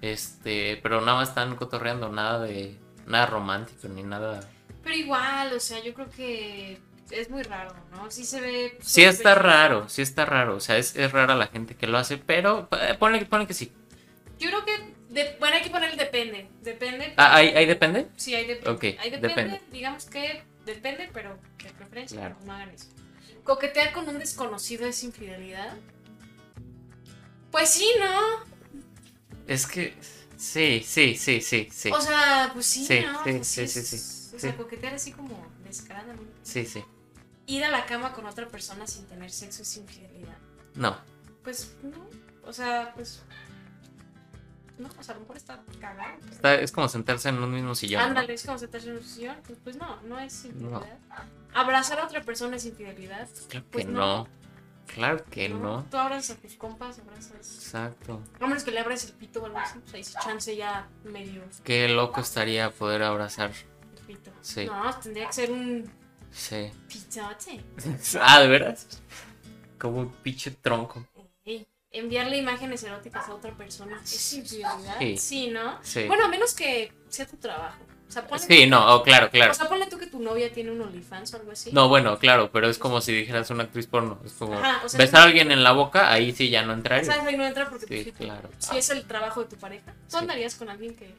Speaker 1: Este, pero nada más están cotorreando, nada de nada romántico ni nada.
Speaker 2: Pero igual, o sea, yo creo que es muy raro, ¿no? Sí se ve. pues,
Speaker 1: Sí está
Speaker 2: sospechoso.
Speaker 1: raro, sí está raro, o sea, es, es rara la gente que lo hace, pero eh, ponle, ponle que sí.
Speaker 2: Yo creo que. de- bueno, hay que poner el depende. Depende.
Speaker 1: Ah, ahí, ahí depende.
Speaker 2: Sí, hay depende.
Speaker 1: Ok,
Speaker 2: Ahí depende,
Speaker 1: depende.
Speaker 2: digamos que depende, pero de preferencia
Speaker 1: Claro.
Speaker 2: no, no hagan eso. ¿Coquetear con un desconocido es infidelidad? Pues sí, ¿no?
Speaker 1: Es que sí, sí, sí, sí, sí.
Speaker 2: O sea, pues sí,
Speaker 1: Sí,
Speaker 2: ¿no? O
Speaker 1: sí, sí,
Speaker 2: sea,
Speaker 1: sí,
Speaker 2: es-
Speaker 1: sí,
Speaker 2: O sea,
Speaker 1: sí.
Speaker 2: coquetear así como descaradamente.
Speaker 1: Sí, sí.
Speaker 2: Ir a la cama con otra persona sin tener sexo es infidelidad.
Speaker 1: No.
Speaker 2: Pues no, o sea, pues. No, o sea, a lo mejor está cagado. pero-
Speaker 1: Está- es como sentarse en un mismo sillón. ¿no?
Speaker 2: Ándale, es como sentarse en un sillón. Pues, pues no, no es infidelidad. Abrazar a otra persona es infidelidad.
Speaker 1: Claro que
Speaker 2: Pues
Speaker 1: no.
Speaker 2: no.
Speaker 1: Claro que no.
Speaker 2: Tú abrazas a tus compas, abrazas.
Speaker 1: Exacto.
Speaker 2: A menos que le abres el pito o algo así. Pues ahí sí, chance ya medio
Speaker 1: Qué loco estaría poder abrazar.
Speaker 2: el pito.
Speaker 1: Sí.
Speaker 2: No, pues, tendría que ser un
Speaker 1: Sí.
Speaker 2: pitote.
Speaker 1: ah, ¿de veras? Como un pinche tronco.
Speaker 2: Ey, Enviarle imágenes eróticas a otra persona es infidelidad.
Speaker 1: Sí.
Speaker 2: Sí, ¿no?
Speaker 1: Sí.
Speaker 2: Bueno, a menos que sea tu trabajo. O sea, ponle,
Speaker 1: sí, no, oh, claro, claro.
Speaker 2: o sea, ponle tú que tu novia tiene un OnlyFans o algo así.
Speaker 1: No, bueno, claro, pero es como si dijeras una actriz porno. Es como
Speaker 2: Ajá, o sea,
Speaker 1: besar a alguien en la boca, ahí sí ya no entraría.
Speaker 2: ¿Sabes? Ahí no entra porque
Speaker 1: Sí,
Speaker 2: pues, si-
Speaker 1: claro.
Speaker 2: si es el trabajo de tu pareja, tú
Speaker 1: Sí.
Speaker 2: andarías con alguien que.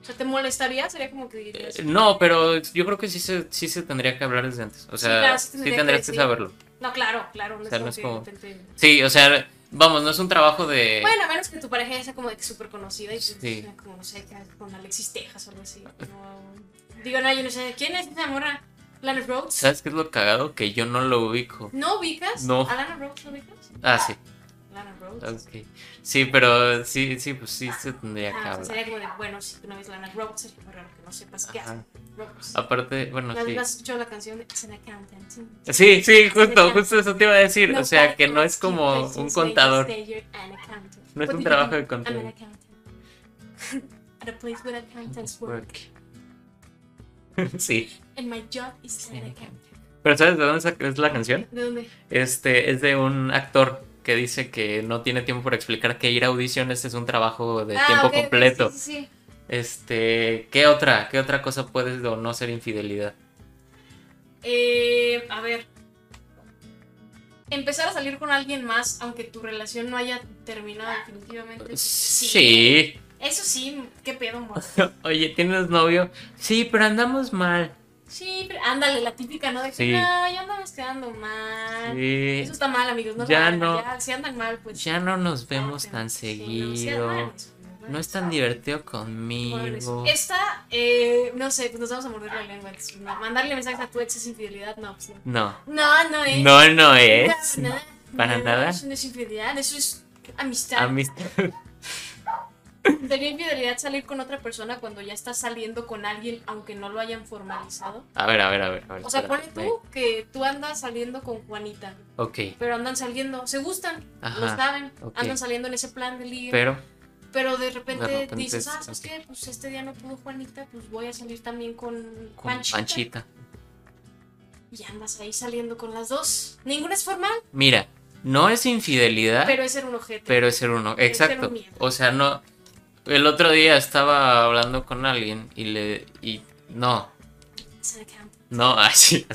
Speaker 2: O sea, ¿te molestaría? Sería como que dirías.
Speaker 1: Eh, No, pero yo creo que sí se, sí se tendría que hablar desde antes. O sea,
Speaker 2: claro,
Speaker 1: sí,
Speaker 2: sí tendría que
Speaker 1: tendrías que
Speaker 2: decir.
Speaker 1: saberlo.
Speaker 2: No, claro, claro. No
Speaker 1: O sea, no
Speaker 2: es
Speaker 1: es
Speaker 2: como
Speaker 1: como-
Speaker 2: que de repente-
Speaker 1: Sí, o sea, vamos, no es un trabajo de...
Speaker 2: Bueno, a menos que tu pareja ya sea como de que súper conocida y pues,
Speaker 1: Sí.
Speaker 2: sea como, no sé, que con Alexis Texas o algo así. O- Digo, no, yo no sé, ¿quién es esa morra? ¿Lana Rhodes?
Speaker 1: ¿Sabes qué es lo cagado? Que yo no lo ubico.
Speaker 2: ¿No ubicas?
Speaker 1: No.
Speaker 2: ¿A Lana Rhodes no ubicas?
Speaker 1: Ah, sí.
Speaker 2: Lana Rhodes.
Speaker 1: Ok. Sí, pero sí, sí, pues sí se tendría que
Speaker 2: Ah, o sea,
Speaker 1: hablar.
Speaker 2: sería como de, bueno, si tú no ves Lana Rhodes, sería muy raro que no sepas qué hace
Speaker 1: Ajá.
Speaker 2: Rhodes.
Speaker 1: Aparte, bueno,
Speaker 2: ¿No
Speaker 1: sí.
Speaker 2: has escuchado la canción de It's an Accountant?
Speaker 1: Sí, sí, justo,
Speaker 2: Ajá.
Speaker 1: justo eso te iba a decir.
Speaker 2: No,
Speaker 1: O sea,
Speaker 2: but
Speaker 1: que no es
Speaker 2: you
Speaker 1: como
Speaker 2: just
Speaker 1: un
Speaker 2: say
Speaker 1: contador.
Speaker 2: you're just an accountant.
Speaker 1: No es
Speaker 2: What
Speaker 1: un
Speaker 2: do you
Speaker 1: trabajo
Speaker 2: think?
Speaker 1: de contador.
Speaker 2: I'm an accountant. At a place where accountants work.
Speaker 1: Sí.
Speaker 2: And my job is an
Speaker 1: Sí.
Speaker 2: accountant.
Speaker 1: Pero ¿sabes de dónde sac- es la canción?
Speaker 2: ¿De dónde?
Speaker 1: Este es de un actor que dice que no tiene tiempo para explicar que ir a audiciones es un trabajo de
Speaker 2: Ah,
Speaker 1: tiempo
Speaker 2: ok, ok,
Speaker 1: completo.
Speaker 2: Sí, sí, sí.
Speaker 1: Este, ¿qué otra? ¿Qué otra cosa puedes o no ser infidelidad?
Speaker 2: Eh, a ver. Empezar a salir con alguien más, aunque tu relación no haya terminado definitivamente.
Speaker 1: Sí.
Speaker 2: Eso sí, qué pedo, amor.
Speaker 1: Oye, ¿tienes novio? Sí, pero andamos mal.
Speaker 2: Sí, pero ándale, la típica, ¿no? De que,
Speaker 1: Sí.
Speaker 2: "Ay, andamos quedando mal.
Speaker 1: Sí.
Speaker 2: Ah, Eso está mal, amigos. No lo
Speaker 1: Ya
Speaker 2: hagan,
Speaker 1: no.
Speaker 2: ya, si andan mal, pues.
Speaker 1: Eh, Ya no nos vemos tan
Speaker 2: Sí, no, sí,
Speaker 1: seguido.
Speaker 2: hagan eso,
Speaker 1: No
Speaker 2: hagan
Speaker 1: es
Speaker 2: eso.
Speaker 1: tan divertido
Speaker 2: Hagan eso.
Speaker 1: conmigo.
Speaker 2: Esta, eh, no sé, pues nos vamos a morder la lengua. entonces, no, Mandarle mensajes a tu ex es infidelidad, no, pues no.
Speaker 1: No.
Speaker 2: No, no es. eh,
Speaker 1: No, no
Speaker 2: No,
Speaker 1: es.
Speaker 2: no,
Speaker 1: para
Speaker 2: no,
Speaker 1: nada.
Speaker 2: Eso no es infidelidad, eso es amistad.
Speaker 1: Amistad.
Speaker 2: Sería infidelidad salir con otra persona cuando ya estás saliendo con alguien, aunque no lo hayan formalizado.
Speaker 1: A ver, a ver, a ver. a ver,
Speaker 2: O sea,
Speaker 1: espérate,
Speaker 2: ponle tú que tú andas saliendo con Juanita,
Speaker 1: ve. Ok,
Speaker 2: pero andan saliendo, se gustan, lo
Speaker 1: Ajá,
Speaker 2: saben,
Speaker 1: ok.
Speaker 2: andan saliendo en ese plan de ligue.
Speaker 1: pero.
Speaker 2: Pero de repente,
Speaker 1: De repente
Speaker 2: dices,
Speaker 1: es-
Speaker 2: ah, ¿sabes
Speaker 1: ok.
Speaker 2: qué? Pues este día no pudo Juanita, pues voy a salir también con,
Speaker 1: Con
Speaker 2: Panchita.
Speaker 1: Panchita.
Speaker 2: Y andas ahí saliendo con las dos. Ninguna es formal,
Speaker 1: Mira, no es infidelidad, Ah, pero,
Speaker 2: pero es ser un objeto.
Speaker 1: es ser uno.
Speaker 2: Es ser
Speaker 1: Exacto.
Speaker 2: un miedo.
Speaker 1: o sea, no. El otro día estaba hablando con alguien y le. Y no,
Speaker 2: Se le quedan-
Speaker 1: no, así.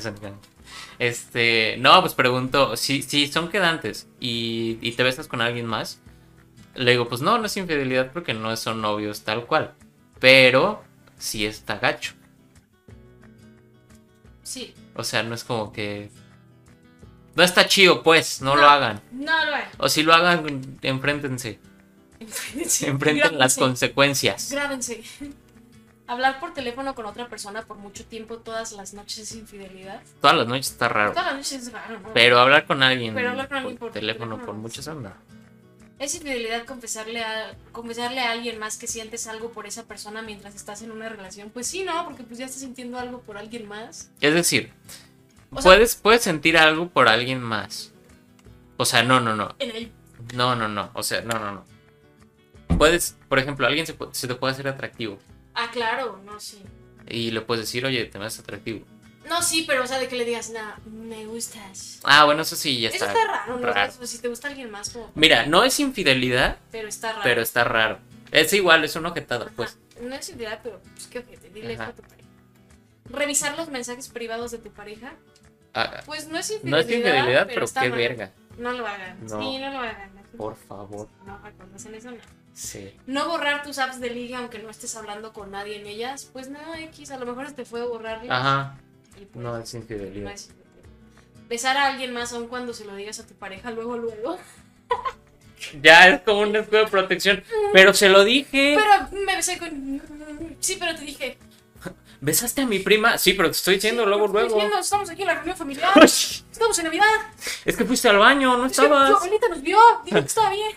Speaker 1: este. No, pues pregunto, si, si son quedantes y, y te besas con alguien más, le digo, pues no, no es infidelidad porque no son novios tal cual. Pero sí está gacho.
Speaker 2: Sí.
Speaker 1: O sea, no es como que. No está chido, pues, no,
Speaker 2: No.
Speaker 1: lo hagan.
Speaker 2: No lo hay.
Speaker 1: O si lo hagan, enfréntense. Enfrenten las
Speaker 2: Grábense.
Speaker 1: consecuencias.
Speaker 2: Grábense. Hablar por teléfono con otra persona por mucho tiempo todas las noches es infidelidad.
Speaker 1: Todas las noches está raro.
Speaker 2: Todas las noches es raro, ¿no?
Speaker 1: Pero hablar con alguien
Speaker 2: Pero hablar con alguien
Speaker 1: por
Speaker 2: por
Speaker 1: teléfono
Speaker 2: teléfono,
Speaker 1: por
Speaker 2: no.
Speaker 1: muchas ondas.
Speaker 2: Es infidelidad confesarle a, confesarle a alguien más que sientes algo por esa persona mientras estás en una relación. Pues sí, ¿no? Porque pues ya estás sintiendo algo por alguien más.
Speaker 1: Es decir,
Speaker 2: O sea-
Speaker 1: puedes, puedes sentir algo por alguien más. O sea, no, no, no.
Speaker 2: En el...
Speaker 1: No, no, no. O sea, no, no, no. Puedes, por ejemplo, alguien se, pu- se te puede hacer atractivo.
Speaker 2: Ah, claro, no, sí.
Speaker 1: Y le puedes decir, oye, te me haces atractivo.
Speaker 2: No, sí, pero o sea, de que le digas, nah, me gustas.
Speaker 1: Ah, bueno, eso sí, ya
Speaker 2: Eso
Speaker 1: está.
Speaker 2: está raro, ¿no?
Speaker 1: raro.
Speaker 2: Pues, si te gusta alguien más, como...
Speaker 1: Mira, no es infidelidad,
Speaker 2: Pero está raro.
Speaker 1: pero está raro. Es igual, es una ojetada,
Speaker 2: Ajá.
Speaker 1: pues.
Speaker 2: No es infidelidad, pero pues qué ojete, dile
Speaker 1: Ajá.
Speaker 2: eso a tu pareja. Revisar los mensajes privados de tu pareja,
Speaker 1: Ah,
Speaker 2: pues no es
Speaker 1: no
Speaker 2: infidelidad.
Speaker 1: es infidelidad, pero,
Speaker 2: está
Speaker 1: qué
Speaker 2: mal.
Speaker 1: verga.
Speaker 2: No lo hagan.
Speaker 1: No.
Speaker 2: Sí, no lo hagan.
Speaker 1: Por favor.
Speaker 2: No, reconocen eso, no.
Speaker 1: Sí.
Speaker 2: No borrar tus apps de liga aunque no estés hablando con nadie en ellas, pues no, X, a lo mejor se te fue borrarlas.
Speaker 1: Ajá.
Speaker 2: y pues,
Speaker 1: Ah, No es
Speaker 2: no
Speaker 1: infidelidad.
Speaker 2: es infidelidad. Besar a alguien más aun cuando se lo digas a tu pareja luego, luego.
Speaker 1: Ya es como un escudo de protección. Pero se lo dije.
Speaker 2: Pero me besé con... Sí, pero te dije...
Speaker 1: ¿Besaste a mi prima? Sí, pero te estoy diciendo
Speaker 2: sí,
Speaker 1: luego,
Speaker 2: pero estoy
Speaker 1: luego.
Speaker 2: diciendo, Estamos aquí en la reunión familiar.
Speaker 1: Es
Speaker 2: Estamos en Navidad.
Speaker 1: que fuiste al baño, no
Speaker 2: Es que tu
Speaker 1: estabas.
Speaker 2: abuelita nos vio, dijo que estaba bien.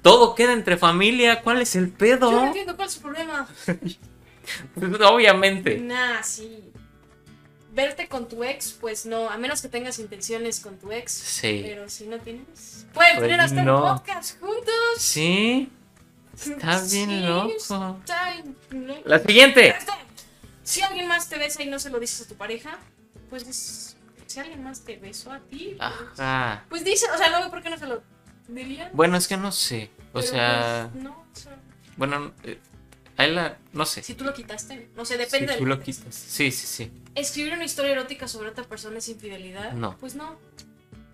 Speaker 1: Todo queda entre familia. ¿Cuál es el
Speaker 2: Yo no
Speaker 1: pedo?
Speaker 2: entiendo cuál es su problema.
Speaker 1: Obviamente.
Speaker 2: Nah, sí. Verte con tu ex, pues no, a menos que tengas intenciones con tu ex.
Speaker 1: Sí.
Speaker 2: Pero si no tienes. Pueden
Speaker 1: Pues
Speaker 2: tener hasta
Speaker 1: no.
Speaker 2: un podcast juntos.
Speaker 1: Sí. Está
Speaker 2: Sí,
Speaker 1: bien loco.
Speaker 2: está bien
Speaker 1: La siguiente.
Speaker 2: Este, Si alguien más te besa y no se lo dices a tu pareja, pues es- si alguien más te besó a ti, pues,
Speaker 1: Ajá.
Speaker 2: pues dice, o sea, no veo por qué no se lo dirían.
Speaker 1: Bueno, es que no sé. O
Speaker 2: pero,
Speaker 1: sea,
Speaker 2: pues, no, o sea,
Speaker 1: bueno, eh, ahí la. No sé.
Speaker 2: si tú lo quitaste, no sé, depende
Speaker 1: si
Speaker 2: del
Speaker 1: tú lo
Speaker 2: contexto.
Speaker 1: quitas. Sí, sí, sí.
Speaker 2: escribir una historia erótica sobre otra persona es infidelidad.
Speaker 1: No.
Speaker 2: Pues no.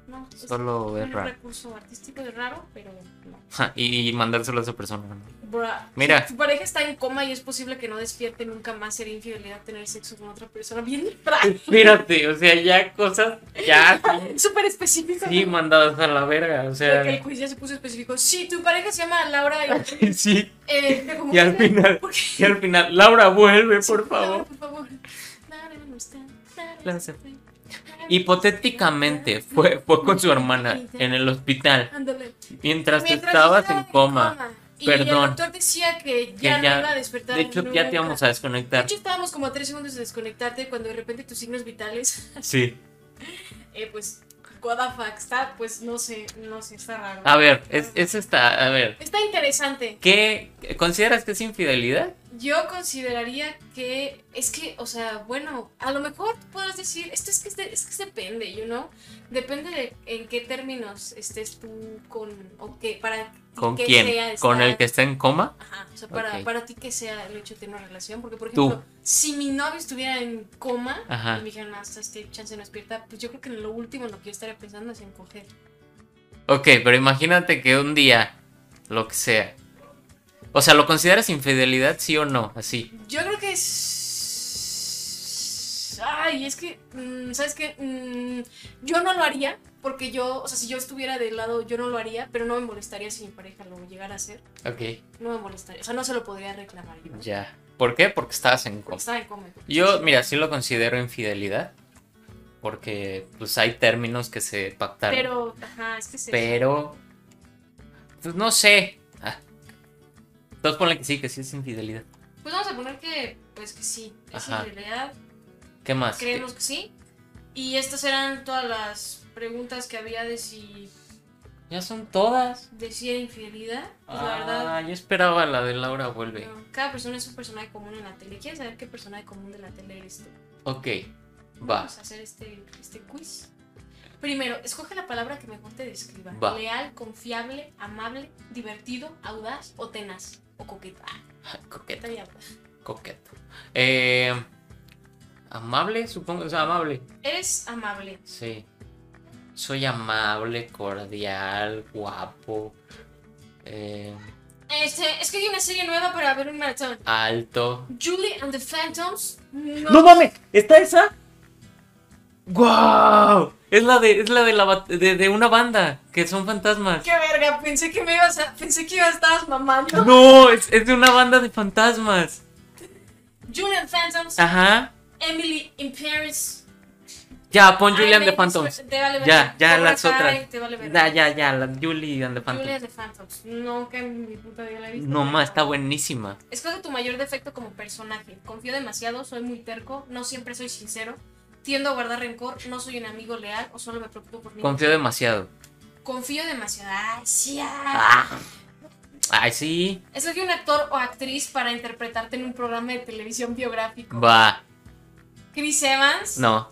Speaker 2: No. es
Speaker 1: Solo es
Speaker 2: un
Speaker 1: raro.
Speaker 2: recurso artístico es raro, pero no.
Speaker 1: Ja, y, y mandárselo a esa persona. ¿no?
Speaker 2: Bra-
Speaker 1: Mira.
Speaker 2: Si tu pareja está en coma y es posible que no despierte nunca más, sería infidelidad tener sexo con otra persona. Bien raro.
Speaker 1: Espérate, o sea, ya cosas. Ya. sí,
Speaker 2: Súper específico.
Speaker 1: Sí, mandadas a la verga. O
Speaker 2: Porque el
Speaker 1: sea.
Speaker 2: quiz ya se puso específico. Si tu pareja se llama Laura y,
Speaker 1: Sí.
Speaker 2: eh, te como-
Speaker 1: Y al final.
Speaker 2: ¿Por qué?
Speaker 1: Y al final, Laura, vuelve, por
Speaker 2: Laura,
Speaker 1: favor.
Speaker 2: por favor. Laura, no está. Laura,
Speaker 1: La
Speaker 2: no
Speaker 1: acepto.
Speaker 2: está. Laura,
Speaker 1: Hipotéticamente, fue, fue con su hermana en el hospital
Speaker 2: Ándale.
Speaker 1: mientras tú
Speaker 2: Mientras
Speaker 1: estabas
Speaker 2: estaba
Speaker 1: en coma.
Speaker 2: Y
Speaker 1: Perdón.
Speaker 2: el doctor decía que ya no
Speaker 1: ya-
Speaker 2: iba a despertar.
Speaker 1: De hecho, ya
Speaker 2: nunca.
Speaker 1: te íbamos a
Speaker 2: De
Speaker 1: desconectar.
Speaker 2: hecho, estábamos como a tres segundos de desconectarte cuando de repente tus signos vitales,
Speaker 1: Sí.
Speaker 2: eh, pues, what the fuck, está, pues, no sé, no sé, está raro.
Speaker 1: A ver, es, es esta. A ver,
Speaker 2: Está interesante.
Speaker 1: ¿qué consideras que es infidelidad?
Speaker 2: Yo consideraría que es que, o sea, bueno, a lo mejor tú podrás decir, esto es que, es de- es que es depende, you know, depende de en qué términos estés tú con, o qué, para ti
Speaker 1: ¿Con
Speaker 2: qué sea
Speaker 1: quién? ¿Con
Speaker 2: estar-
Speaker 1: el que está en coma?
Speaker 2: Ajá, o sea, para,
Speaker 1: Ok.
Speaker 2: para ti que sea el hecho de tener una relación, porque por
Speaker 1: Tú. Ah.
Speaker 2: ejemplo, si mi novio estuviera en coma
Speaker 1: Ajá.
Speaker 2: y me dijeran, no, hasta este chance no despierta, pues yo creo que en lo último en lo que yo estaría pensando es en coger.
Speaker 1: Ok, pero imagínate que un día, lo que sea. O sea, ¿lo consideras infidelidad, sí o no? Así.
Speaker 2: Yo creo que es... Ay, es que, mm, ¿sabes qué? Mm, yo no lo haría, porque yo, o sea, si yo estuviera del lado, yo no lo haría, pero no me molestaría si mi pareja lo llegara a hacer,
Speaker 1: Ok,
Speaker 2: no me molestaría, o sea, no se lo podría reclamar yo.
Speaker 1: ya. ¿Por qué? Porque estabas en
Speaker 2: Porque
Speaker 1: coma.
Speaker 2: estaba en coma.
Speaker 1: Yo, mira, sí lo considero infidelidad. Porque, pues, hay términos que se pactaron. Pero.
Speaker 2: Pero, ajá, es que se...
Speaker 1: pues, no sé. Ah. Entonces ponle que sí, que sí es infidelidad.
Speaker 2: Pues vamos a poner que, pues que sí, es
Speaker 1: Ajá.
Speaker 2: infidelidad,
Speaker 1: ¿Qué más?
Speaker 2: creemos que sí. Y estas eran todas las preguntas que había de si,
Speaker 1: Ya son todas.
Speaker 2: de si era infidelidad. Pues la verdad,
Speaker 1: Ah, yo esperaba la de Laura vuelve.
Speaker 2: no. cada persona es un personaje común en la tele. ¿Quieres saber qué personaje común de la tele eres tú?
Speaker 1: Ok, va.
Speaker 2: Vamos a hacer este, este quiz. Primero, escoge la palabra que mejor te describa.
Speaker 1: Va.
Speaker 2: Leal, confiable, amable, divertido, audaz o tenaz. O coqueta. Ah,
Speaker 1: Coqueta.
Speaker 2: coqueta y audaz.
Speaker 1: Coqueto. Eh, amable, supongo. O sea, amable.
Speaker 2: Eres amable.
Speaker 1: Sí. Soy amable, cordial, guapo. eh,
Speaker 2: Este, es que hay una serie nueva para ver un maratón.
Speaker 1: Alto.
Speaker 2: Julie and the Phantoms. No.
Speaker 1: ¡No mames! ¿Está esa? ¡Guau! Es la de, es la de, la, ba- de, de una banda que son fantasmas.
Speaker 2: ¡Qué verga! Pensé que me ibas a. Pensé que ibas estabas mamando.
Speaker 1: No, es, es de una banda de fantasmas.
Speaker 2: Julie and Phantoms.
Speaker 1: Ajá.
Speaker 2: Emily in Paris.
Speaker 1: Ya, pon
Speaker 2: I
Speaker 1: Julian de
Speaker 2: May
Speaker 1: Phantoms.
Speaker 2: Destroy- Te vale
Speaker 1: Ya,
Speaker 2: verga.
Speaker 1: ya
Speaker 2: Cobra
Speaker 1: las
Speaker 2: Kai,
Speaker 1: otras.
Speaker 2: Te vale verga.
Speaker 1: Ya, ya, ya, la Julian de
Speaker 2: Julie and
Speaker 1: Phantoms.
Speaker 2: the Phantoms. Nunca en mi puta vida la he visto.
Speaker 1: No ma, está buenísima.
Speaker 2: Escoge tu mayor defecto como personaje. Confío demasiado, soy muy terco, no siempre soy sincero, tiendo a guardar rencor, no soy un amigo leal o solo me preocupo por mí.
Speaker 1: Confío demasiado.
Speaker 2: Confío demasiado. Ay, sí, ah.
Speaker 1: Ah. Ay, sí.
Speaker 2: Escoge un actor o actriz para interpretarte en un programa de televisión biográfico.
Speaker 1: Va.
Speaker 2: Chris Evans,
Speaker 1: No.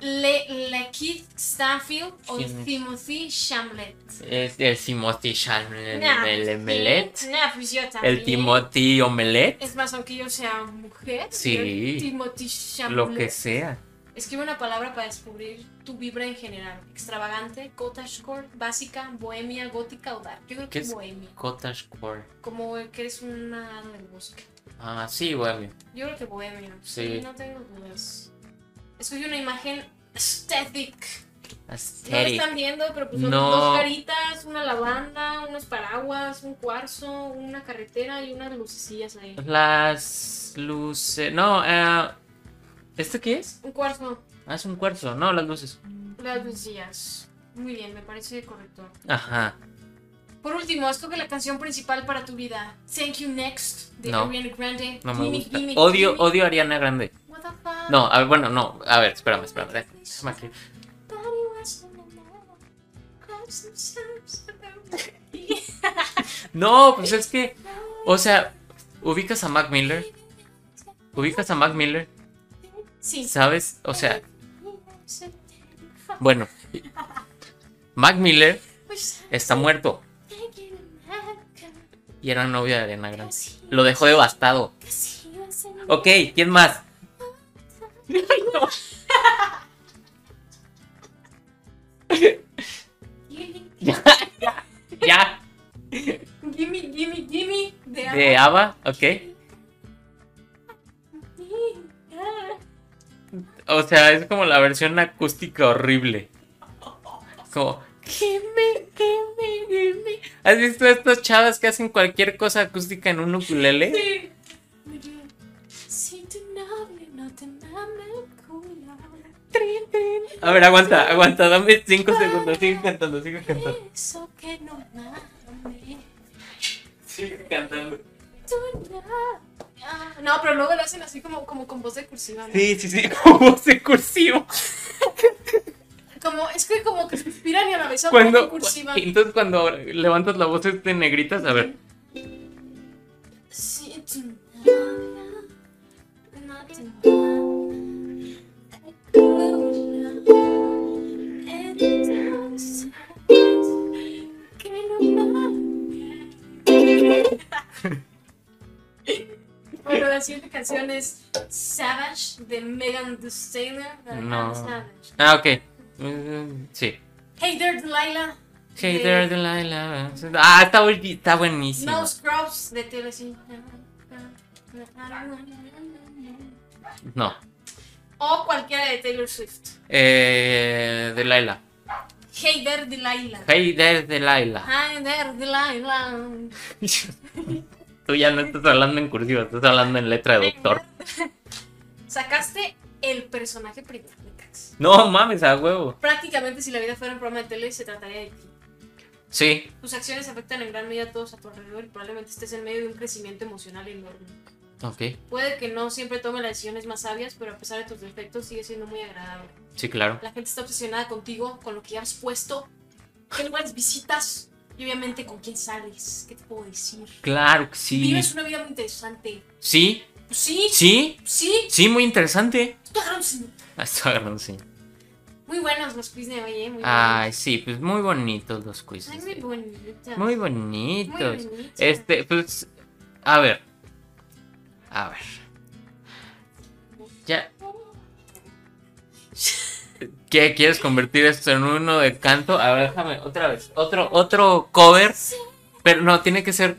Speaker 2: Le, Lakeith Stanfield o
Speaker 1: ¿Quién es?
Speaker 2: Timothy Chamlet.
Speaker 1: Es el Timothy Chalamet,
Speaker 2: Nah,
Speaker 1: el
Speaker 2: pues,
Speaker 1: Emelet.
Speaker 2: sí. Nah, pues yo también.
Speaker 1: El Timothy Omelet.
Speaker 2: Es más, aunque yo sea mujer,
Speaker 1: Sí.
Speaker 2: yo Timothy Chamlet.
Speaker 1: Lo que sea.
Speaker 2: Escribe una palabra para descubrir tu vibra en general. Extravagante, cottagecore, básica, bohemia, gótica o dark. Yo creo
Speaker 1: ¿Qué
Speaker 2: que
Speaker 1: es?
Speaker 2: bohemia.
Speaker 1: Cottagecore.
Speaker 2: Como que eres una hada del bosque.
Speaker 1: Ah, sí, bueno.
Speaker 2: Yo creo que bohemia.
Speaker 1: Sí.
Speaker 2: No tengo dudas. Escoge una imagen aesthetic. No lo
Speaker 1: Aesthetic.
Speaker 2: están viendo, pero pues son
Speaker 1: No.
Speaker 2: dos caritas, una lavanda, unos paraguas, un cuarzo, una carretera y unas lucecillas ahí.
Speaker 1: Las luces. No, eh, ¿este qué es?
Speaker 2: Un cuarzo,
Speaker 1: Ah, es un cuarzo. No, las luces.
Speaker 2: las lucecillas. Muy bien, me parece correcto.
Speaker 1: Ajá.
Speaker 2: Por último, escoge la canción principal para tu vida. Thank You Next de
Speaker 1: No.
Speaker 2: Ariana Grande.
Speaker 1: No me
Speaker 2: Gimme,
Speaker 1: gusta.
Speaker 2: gimme,
Speaker 1: Odio,
Speaker 2: gimme.
Speaker 1: odio a Ariana Grande.
Speaker 2: What the fuck?
Speaker 1: No, a ver, bueno, no. A ver, espérame, espérame. déjame- déjame aquí.
Speaker 2: Body wash and then I cry sometimes about it.
Speaker 1: No, pues es que. O sea, ubicas a Mac Miller. Ubicas a Mac Miller.
Speaker 2: Sí.
Speaker 1: ¿Sabes? O sea, bueno. Mac Miller está muerto. Y era novia de Ariana Grande. Lo dejó devastado. Ok, ¿quién más? Ya,
Speaker 2: Gimme, gimme, gimme de
Speaker 1: de Ava, ok. O sea, es como la versión acústica horrible. Como, gimme, gimme, gimme. ¿Has visto estas chavas que hacen cualquier cosa acústica en un ukulele?
Speaker 2: Sí. Si tu novio no te manipula,
Speaker 1: A ver, aguanta, aguanta, dame 5 segundos. Sigue cantando, sigue cantando.
Speaker 2: eso que no mames.
Speaker 1: Sigue cantando.
Speaker 2: tu novio. No, pero luego lo hacen así como, como con voz de cursiva. ¿no?
Speaker 1: Sí, sí, sí, como se cursivo.
Speaker 2: Como, es que como que suspiran y a la vez hablan en
Speaker 1: Cuando,
Speaker 2: cursiva.
Speaker 1: entonces cuando levantas la voz este negritas, a ver.
Speaker 2: Si tu novio no te manipula, entonces que no mames. Bueno, la siguiente canción es Savage de Megan Thee Stallion.
Speaker 1: No.
Speaker 2: Savage.
Speaker 1: Ah, ok. Mm, Sí.
Speaker 2: Hey there, Delilah.
Speaker 1: Hey
Speaker 2: de
Speaker 1: there, Delilah. Ah, está, bu- está buenísimo.
Speaker 2: No Scrubs de Taylor Swift.
Speaker 1: No.
Speaker 2: O cualquiera de Taylor Swift.
Speaker 1: Eh, Delilah.
Speaker 2: Hey there, Delilah.
Speaker 1: Hey there, Delilah.
Speaker 2: Hey there, Delilah.
Speaker 1: Tú ya no estás hablando en cursiva, estás hablando en letra de doctor.
Speaker 2: Sacaste el personaje principal.
Speaker 1: No mames, a huevo.
Speaker 2: Prácticamente si la vida fuera un programa de tele se trataría de ti.
Speaker 1: Sí,
Speaker 2: Tus acciones afectan en gran medida a todos a tu alrededor y probablemente estés en medio de un crecimiento emocional enorme.
Speaker 1: ok.
Speaker 2: Puede que no siempre tome las decisiones más sabias, pero a pesar de tus defectos sigue siendo muy agradable.
Speaker 1: Sí, claro.
Speaker 2: La gente está obsesionada contigo, con lo que has puesto, qué lugares visitas y obviamente con quién sales. ¿Qué te puedo decir?
Speaker 1: Claro que sí.
Speaker 2: Vives una vida muy interesante.
Speaker 1: Sí,
Speaker 2: Pues sí,
Speaker 1: sí,
Speaker 2: sí,
Speaker 1: sí, muy interesante.
Speaker 2: tú agarras un-
Speaker 1: Ah, está agarrando, sí.
Speaker 2: Muy buenos los quiz de hoy, ¿eh? Muy
Speaker 1: Ay, sí, pues muy bonitos los
Speaker 2: buenos. Ay,
Speaker 1: quizzes.
Speaker 2: muy bonita.
Speaker 1: Muy bonitos. Este, pues, a ver. A ver. Ya. ¿Qué quieres convertir esto en uno de canto? A ver, déjame otra vez. Otro, otro cover Pero no, tiene que ser.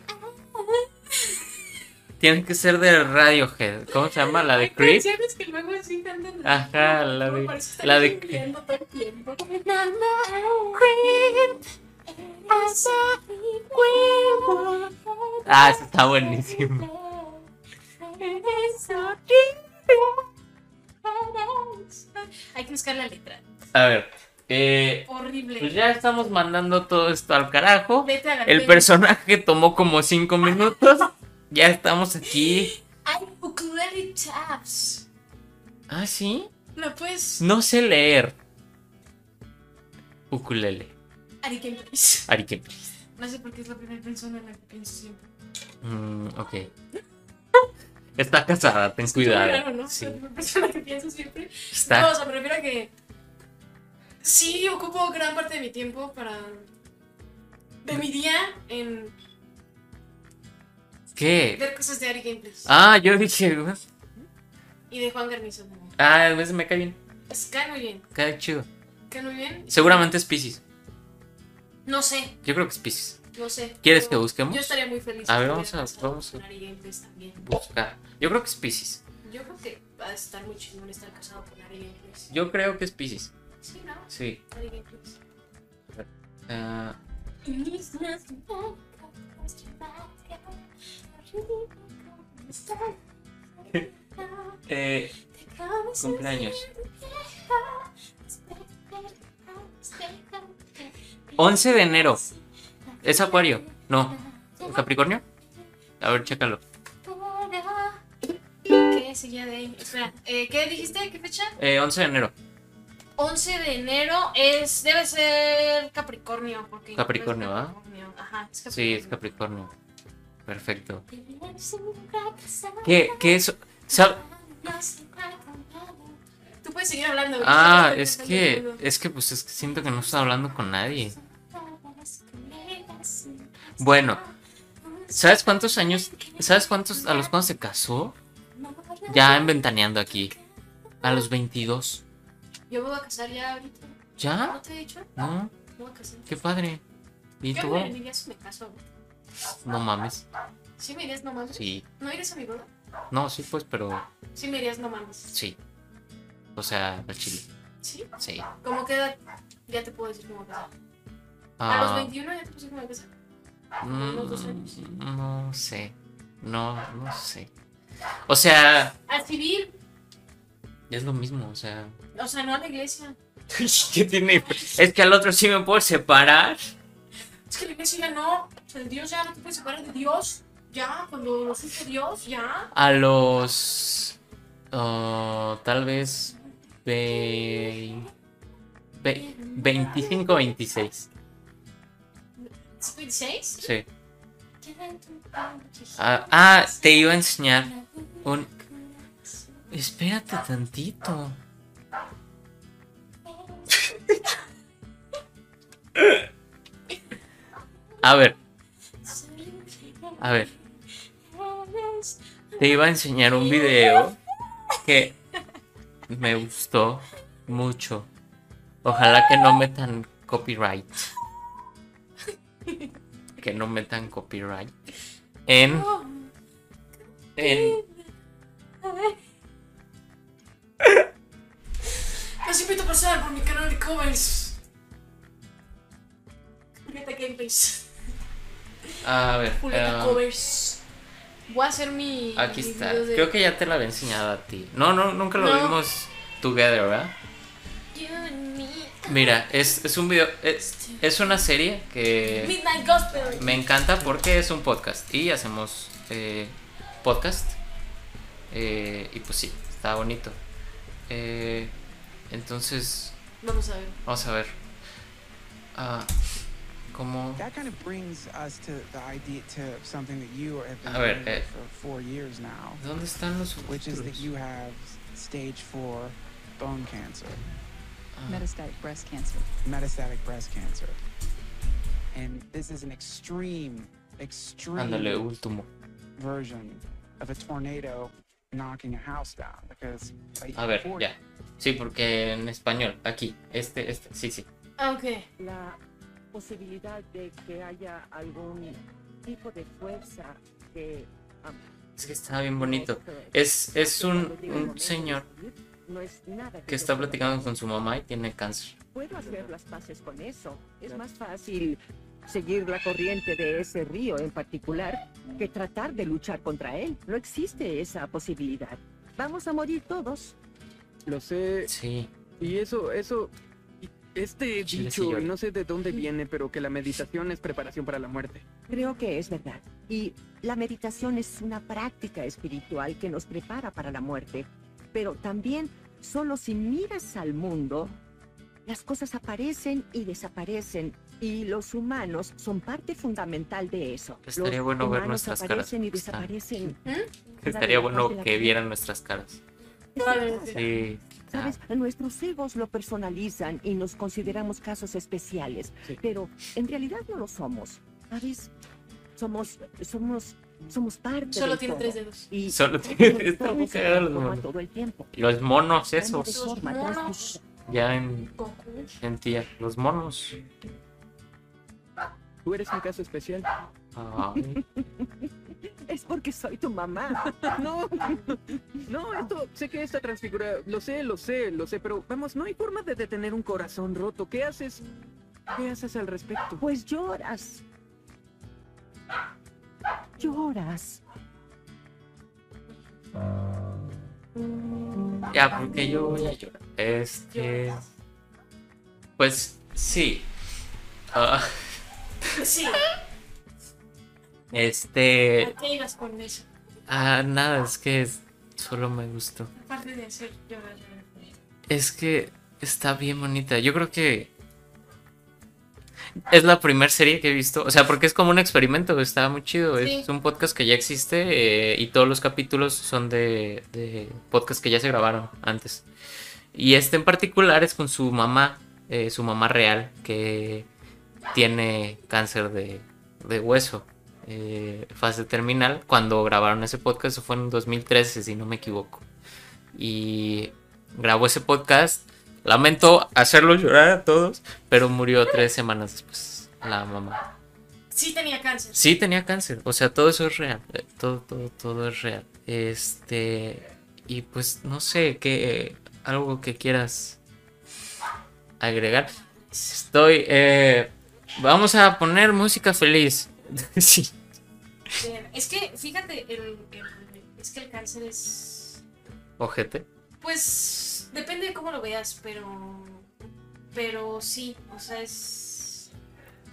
Speaker 1: Tiene que ser de Radiohead. ¿Cómo se llama? ¿La
Speaker 2: Hay
Speaker 1: de Creep?
Speaker 2: canciones que luego así cantan.
Speaker 1: Ajá, la
Speaker 2: Como
Speaker 1: de-
Speaker 2: por eso están
Speaker 1: la de-
Speaker 2: chingando todo el tiempo.
Speaker 1: Ah, esa está buenísima.
Speaker 2: Hay que buscar la letra.
Speaker 1: A ver. eh, pues
Speaker 2: Horrible.
Speaker 1: ya estamos mandando todo esto al carajo.
Speaker 2: Vete a la
Speaker 1: El
Speaker 2: tele.
Speaker 1: personaje tomó como cinco minutos. Ya estamos aquí.
Speaker 2: Hay ukulele tabs.
Speaker 1: Ah, sí.
Speaker 2: No pues, puedes.
Speaker 1: No sé leer. Ukulele.
Speaker 2: Ari, que empieces.
Speaker 1: Ari Kempe.
Speaker 2: No sé por qué es la primera persona en la que pienso siempre.
Speaker 1: Mm, ok. Está casada, ten cuidado.
Speaker 2: Claro, ¿no?
Speaker 1: Sí.
Speaker 2: Es La primera persona que pienso siempre. No, o
Speaker 1: Está.
Speaker 2: sea, me refiero a que sí ocupo gran parte de mi tiempo para. de mi día en
Speaker 1: ¿Qué?
Speaker 2: ver cosas de Ari Gameplays
Speaker 1: Ah, yo dije. "What?".
Speaker 2: y de Juan Garnizo.
Speaker 1: Ah, a veces me cae bien.
Speaker 2: Es- Cae muy bien,
Speaker 1: Cae chido.
Speaker 2: cae muy bien.
Speaker 1: Seguramente es Pisces.
Speaker 2: No sé,
Speaker 1: Yo creo que es Pisces.
Speaker 2: no sé.
Speaker 1: ¿Quieres
Speaker 2: Yo-
Speaker 1: que busquemos?
Speaker 2: Yo estaría muy feliz.
Speaker 1: A
Speaker 2: si
Speaker 1: ver,
Speaker 2: estuviera
Speaker 1: vamos a-
Speaker 2: casada
Speaker 1: vamos a-
Speaker 2: con Ari Gameplays también.
Speaker 1: Busca. ah, Yo creo que es Pisces.
Speaker 2: Yo creo que va a estar muy chingón estar casado con Ari Gameplays
Speaker 1: Yo creo que es Pisces.
Speaker 2: Sí, ¿no?
Speaker 1: Sí.
Speaker 2: Ari Gameplays
Speaker 1: Ah, eh, cumpleaños. 11 de enero. ¿Es Acuario? No. ¿Capricornio? A ver, chécalo.
Speaker 2: ¿Qué seguía de ahí? Espera, eh, ¿qué dijiste? ¿Qué fecha?
Speaker 1: Eh, 11 de enero.
Speaker 2: 11 de enero es, debe ser Capricornio. Porque
Speaker 1: Capricornio,
Speaker 2: es
Speaker 1: ¿ah?
Speaker 2: Capricornio. Ajá, es
Speaker 1: Sí,
Speaker 2: Capricornio.
Speaker 1: es Capricornio. Perfecto.
Speaker 3: ¿Qué?
Speaker 1: ¿Qué, qué es? ¿Sab-
Speaker 2: Tú puedes seguir hablando. güey.
Speaker 1: Ah,
Speaker 2: Yo
Speaker 1: es
Speaker 2: estoy
Speaker 1: que,
Speaker 2: pensando en
Speaker 1: es que pues es que siento que no estoy hablando con nadie.
Speaker 3: Bueno,
Speaker 1: ¿Sabes cuántos años, sabes cuántos, a los cuántos se casó? Ya en Ventaneando aquí. A los 22.
Speaker 2: todo. Yo me voy a casar ya ahorita.
Speaker 1: ¿Ya?
Speaker 2: ¿No te he dicho?
Speaker 1: ¿No?
Speaker 2: Me voy a casar.
Speaker 1: Qué padre. ¿Y
Speaker 2: Yo
Speaker 1: tú?
Speaker 2: me iría si me caso. güey.
Speaker 1: No mames.
Speaker 2: Sí me irías no mames.
Speaker 1: Sí.
Speaker 2: ¿No irías a mi boda?
Speaker 1: No, sí, pues, pero
Speaker 2: Sí me irías no mames.
Speaker 1: sí. O sea, al chile.
Speaker 2: ¿Sí?
Speaker 1: Sí.
Speaker 2: ¿Cómo qué edad? Ya te puedo decir cómo casar. A los
Speaker 1: Ah,
Speaker 2: 21 ya te puedo decir cómo casar.
Speaker 1: mm,
Speaker 2: los dos años.
Speaker 1: no sé. No, no sé. O sea,
Speaker 2: Al civil.
Speaker 1: es lo mismo, o sea.
Speaker 2: O sea, no a la iglesia.
Speaker 1: ¿Qué tiene? Es que al otro sí me puedo separar.
Speaker 2: Es que la iglesia ya no. O sea, Dios ya no te puedes separar de Dios. Ya, cuando lo supo Dios, ya.
Speaker 1: A los. oh, tal vez. vei- ve- 25, 26.
Speaker 2: 26.
Speaker 1: Sí. Ah, ah, te iba a enseñar un. Espérate tantito. A ver, a ver. Te iba a enseñar un video que me gustó mucho. Ojalá que no metan copyright. Que no metan copyright. En. En.
Speaker 2: Los invito a pasar por mi canal de covers. Julieta Gameplays.
Speaker 1: A ver.
Speaker 2: Julieta
Speaker 1: ah,
Speaker 2: Covers. Voy a hacer mi.
Speaker 1: aquí
Speaker 2: mi
Speaker 1: está.
Speaker 2: video de-
Speaker 1: Creo que ya te la había enseñado a ti. No, no, nunca lo
Speaker 2: No.
Speaker 1: vimos together, ¿verdad?
Speaker 2: You and me.
Speaker 1: Mira, es, es un video. Es, es una serie que.
Speaker 2: Midnight Gospel.
Speaker 1: Me encanta porque es un podcast y hacemos eh, podcast. Eh, y pues sí, está bonito. Eh, entonces,
Speaker 2: Vamos a ver.
Speaker 1: vamos a ver. Ah, ¿Cómo?
Speaker 4: That kind of brings us to the idea to something that you have been
Speaker 1: A ver,
Speaker 4: doing
Speaker 1: eh.
Speaker 4: for four years now,
Speaker 1: ¿Dónde están los
Speaker 4: which is that
Speaker 1: subtítulos?
Speaker 4: you have stage four bone cancer,
Speaker 1: Ah,
Speaker 5: metastatic breast cancer.
Speaker 4: metastatic breast cancer, and this is an extreme, extreme
Speaker 1: Ándale, último.
Speaker 4: version of a tornado knocking a house down because like,
Speaker 1: A ver,
Speaker 4: four-
Speaker 1: ya. Sí, porque en español, aquí, este, este, sí, sí.
Speaker 2: Ah, ok.
Speaker 4: La
Speaker 5: posibilidad de que haya algún tipo de fuerza que... am,
Speaker 1: Es que estaba bien bonito.
Speaker 5: esto
Speaker 1: Es, es un,
Speaker 5: cuando llega el
Speaker 1: un
Speaker 5: momento
Speaker 1: señor
Speaker 5: de decidir, no es nada
Speaker 1: que
Speaker 5: yo
Speaker 1: está
Speaker 5: pueda
Speaker 1: platicando con su mamá y tiene cáncer.
Speaker 5: puedo hacer las paces con eso. Es más fácil seguir la corriente de ese río en particular que tratar de luchar contra él. No existe esa posibilidad. Vamos a morir todos.
Speaker 6: Lo sé.
Speaker 1: Sí,
Speaker 6: Y eso, eso. y Este
Speaker 1: Chile sí
Speaker 6: dicho,
Speaker 1: llora.
Speaker 6: y no sé de dónde viene, pero que la meditación es preparación para la muerte.
Speaker 5: Creo que es verdad. Y la meditación es una práctica espiritual que nos prepara para la muerte. Pero también, solo si miras al mundo, las cosas aparecen y desaparecen. Y los humanos son parte fundamental de eso.
Speaker 1: Estaría
Speaker 5: los
Speaker 1: bueno ver
Speaker 5: humanos
Speaker 1: nuestras caras,
Speaker 5: aparecen y
Speaker 1: porque están-
Speaker 5: desaparecen.
Speaker 1: estaría bueno que vieran nuestras caras. Sí, Ah, está-
Speaker 5: Sabes, nuestros egos lo personalizan y nos consideramos casos especiales,
Speaker 6: Sí.
Speaker 5: pero en realidad no lo somos. Sabes, somos, somos, somos parte.
Speaker 2: Solo
Speaker 5: del
Speaker 2: tiene
Speaker 5: todo.
Speaker 2: tres dedos.
Speaker 5: Y
Speaker 1: Solo tiene-
Speaker 5: todo
Speaker 1: está muy
Speaker 5: se
Speaker 1: cagado los
Speaker 5: transforma
Speaker 1: monos.
Speaker 5: todo el tiempo.
Speaker 1: Los monos
Speaker 5: Cambia de
Speaker 1: esos,
Speaker 5: forma
Speaker 2: Esos monos.
Speaker 5: drástica.
Speaker 1: ya en,
Speaker 2: Goku.
Speaker 1: en tía, los monos.
Speaker 6: Tú eres un caso especial.
Speaker 1: Ay,
Speaker 5: Es porque soy tu mamá.
Speaker 6: No, no, esto, sé que esta transfigura, lo sé, lo sé, lo sé, pero vamos, no hay forma de detener un corazón roto. ¿Qué haces? ¿Qué haces al respecto?
Speaker 5: Pues lloras. Lloras.
Speaker 1: ya, porque yo voy a llorar. Este. Pues sí. Ah,
Speaker 2: Sí,
Speaker 1: este.
Speaker 2: ¿a qué ibas con eso?
Speaker 1: Ah, nada, es que es- solo me gustó.
Speaker 2: Aparte de hacer llorar.
Speaker 1: Es que está bien bonita. Yo creo que es la primera serie que he visto. O sea, porque es como un experimento. Está muy chido.
Speaker 2: Sí.
Speaker 1: Es un podcast que ya existe eh, y todos los capítulos son de, de podcasts que ya se grabaron antes. Y este en particular es con su mamá, eh, su mamá real, que tiene cáncer de, de hueso, eh, fase terminal. Cuando grabaron ese podcast, eso fue en 2013, si no me equivoco. Y grabó ese podcast. Lamento hacerlo llorar a todos, pero murió tres semanas después la mamá.
Speaker 2: Sí tenía cáncer.
Speaker 1: Sí, tenía cáncer. O sea, todo eso es real. eh, Todo, todo, todo es real. Este. Y pues no sé, que algo que quieras agregar. Estoy. eh, vamos a poner música feliz. sí.
Speaker 2: Ver, Es que, fíjate, el, el- es que el cáncer es...
Speaker 1: Ojete.
Speaker 2: Pues depende de cómo lo veas, pero... Pero sí, o sea, es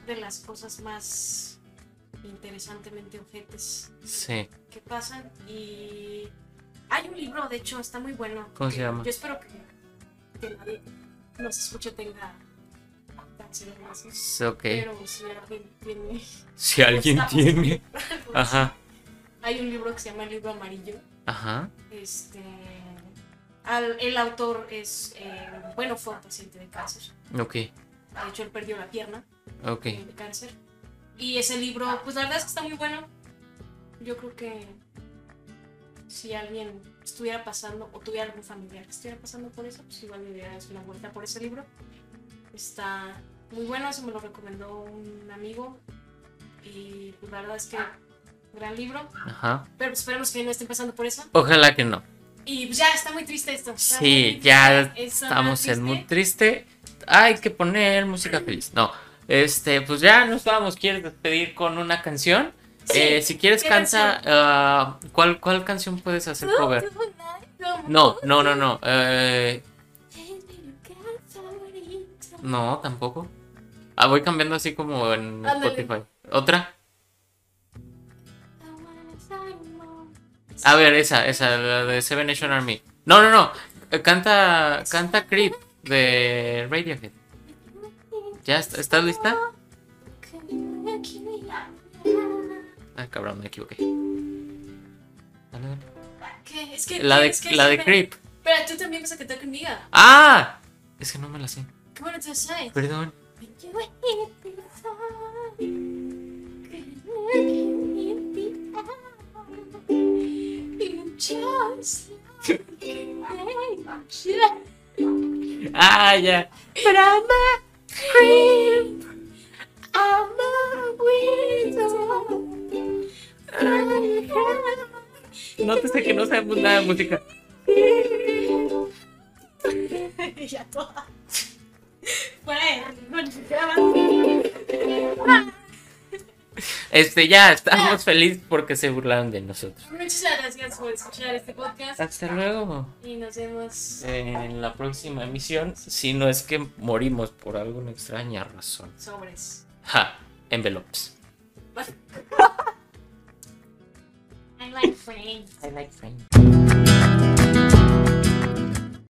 Speaker 2: de las cosas más interesantemente objetes
Speaker 1: Sí.
Speaker 2: que pasan. Y hay un libro, de hecho, está muy bueno.
Speaker 1: ¿Cómo se
Speaker 2: que
Speaker 1: llama?
Speaker 2: Yo espero que, que nadie nos escuche tenga cáncer o algo así,
Speaker 1: es ok.
Speaker 2: Pero si alguien tiene...
Speaker 1: Si alguien
Speaker 2: estamos-
Speaker 1: tiene.
Speaker 2: algo así,
Speaker 1: Ajá.
Speaker 2: pues, Hay un libro que se llama El libro amarillo.
Speaker 1: Ajá.
Speaker 2: Este, al- el autor es, eh, bueno, fue un paciente de cáncer.
Speaker 1: Ok.
Speaker 2: De hecho, él perdió la pierna
Speaker 1: Ok.
Speaker 2: de cáncer. Y ese libro, pues la verdad es que está muy bueno. Yo creo que si alguien estuviera pasando, o tuviera algún familiar que estuviera pasando por eso, pues igual le dieras una vuelta por ese libro. Está muy bueno, eso me lo recomendó un amigo. Y pues, la verdad es que gran libro.
Speaker 1: Ajá.
Speaker 2: Pero esperemos que no estén pasando por eso.
Speaker 1: Ojalá que no.
Speaker 2: Y pues ya está muy triste esto. está muy
Speaker 1: Sí,
Speaker 2: triste,
Speaker 1: ya
Speaker 2: es una
Speaker 1: estamos en
Speaker 2: triste.
Speaker 1: muy triste. Hay que poner música feliz. No, este, pues ya nos vamos. ¿Quieres despedir con una canción?
Speaker 2: Sí,
Speaker 1: Eh, si quieres
Speaker 2: ¿qué
Speaker 1: canta, ah, ¿cuál, ¿cuál canción puedes hacer cover? No, no, no, no. eh,
Speaker 3: Es mi lugar favorito.
Speaker 1: no, tampoco. Ah, voy cambiando así como en
Speaker 2: Ándale.
Speaker 1: Spotify. ¿Otra?
Speaker 3: I wanna find more.
Speaker 1: A ver, esa, esa, la de Seven Nation Army. No, no, no. eh, Canta, canta Creep de Radiohead. ¿Ya est- estás lista? Ah, cabrón, me equivoqué. Dale, dale.
Speaker 2: ¿Qué? Es que
Speaker 1: La de,
Speaker 2: es que
Speaker 1: la de
Speaker 2: siempre-
Speaker 1: Creep.
Speaker 2: Pero tú también vas a cantar conmigo.
Speaker 1: ¡Ah! Es que no me la sé.
Speaker 2: ¿Qué bueno te sabes?
Speaker 1: Perdón. ¡Ah, ya! Nótese que no sabemos nada de música.
Speaker 2: ya toda. Fuera de ritmo, ya va.
Speaker 1: Este, ya, estamos felices porque se burlaron de nosotros.
Speaker 2: Muchas gracias por escuchar este podcast
Speaker 1: Hasta luego.
Speaker 2: y nos vemos
Speaker 1: En la próxima emisión, si no es que morimos por alguna extraña razón.
Speaker 2: sobres.
Speaker 1: Ja, envelopes.
Speaker 2: I like friends.
Speaker 1: I like friends.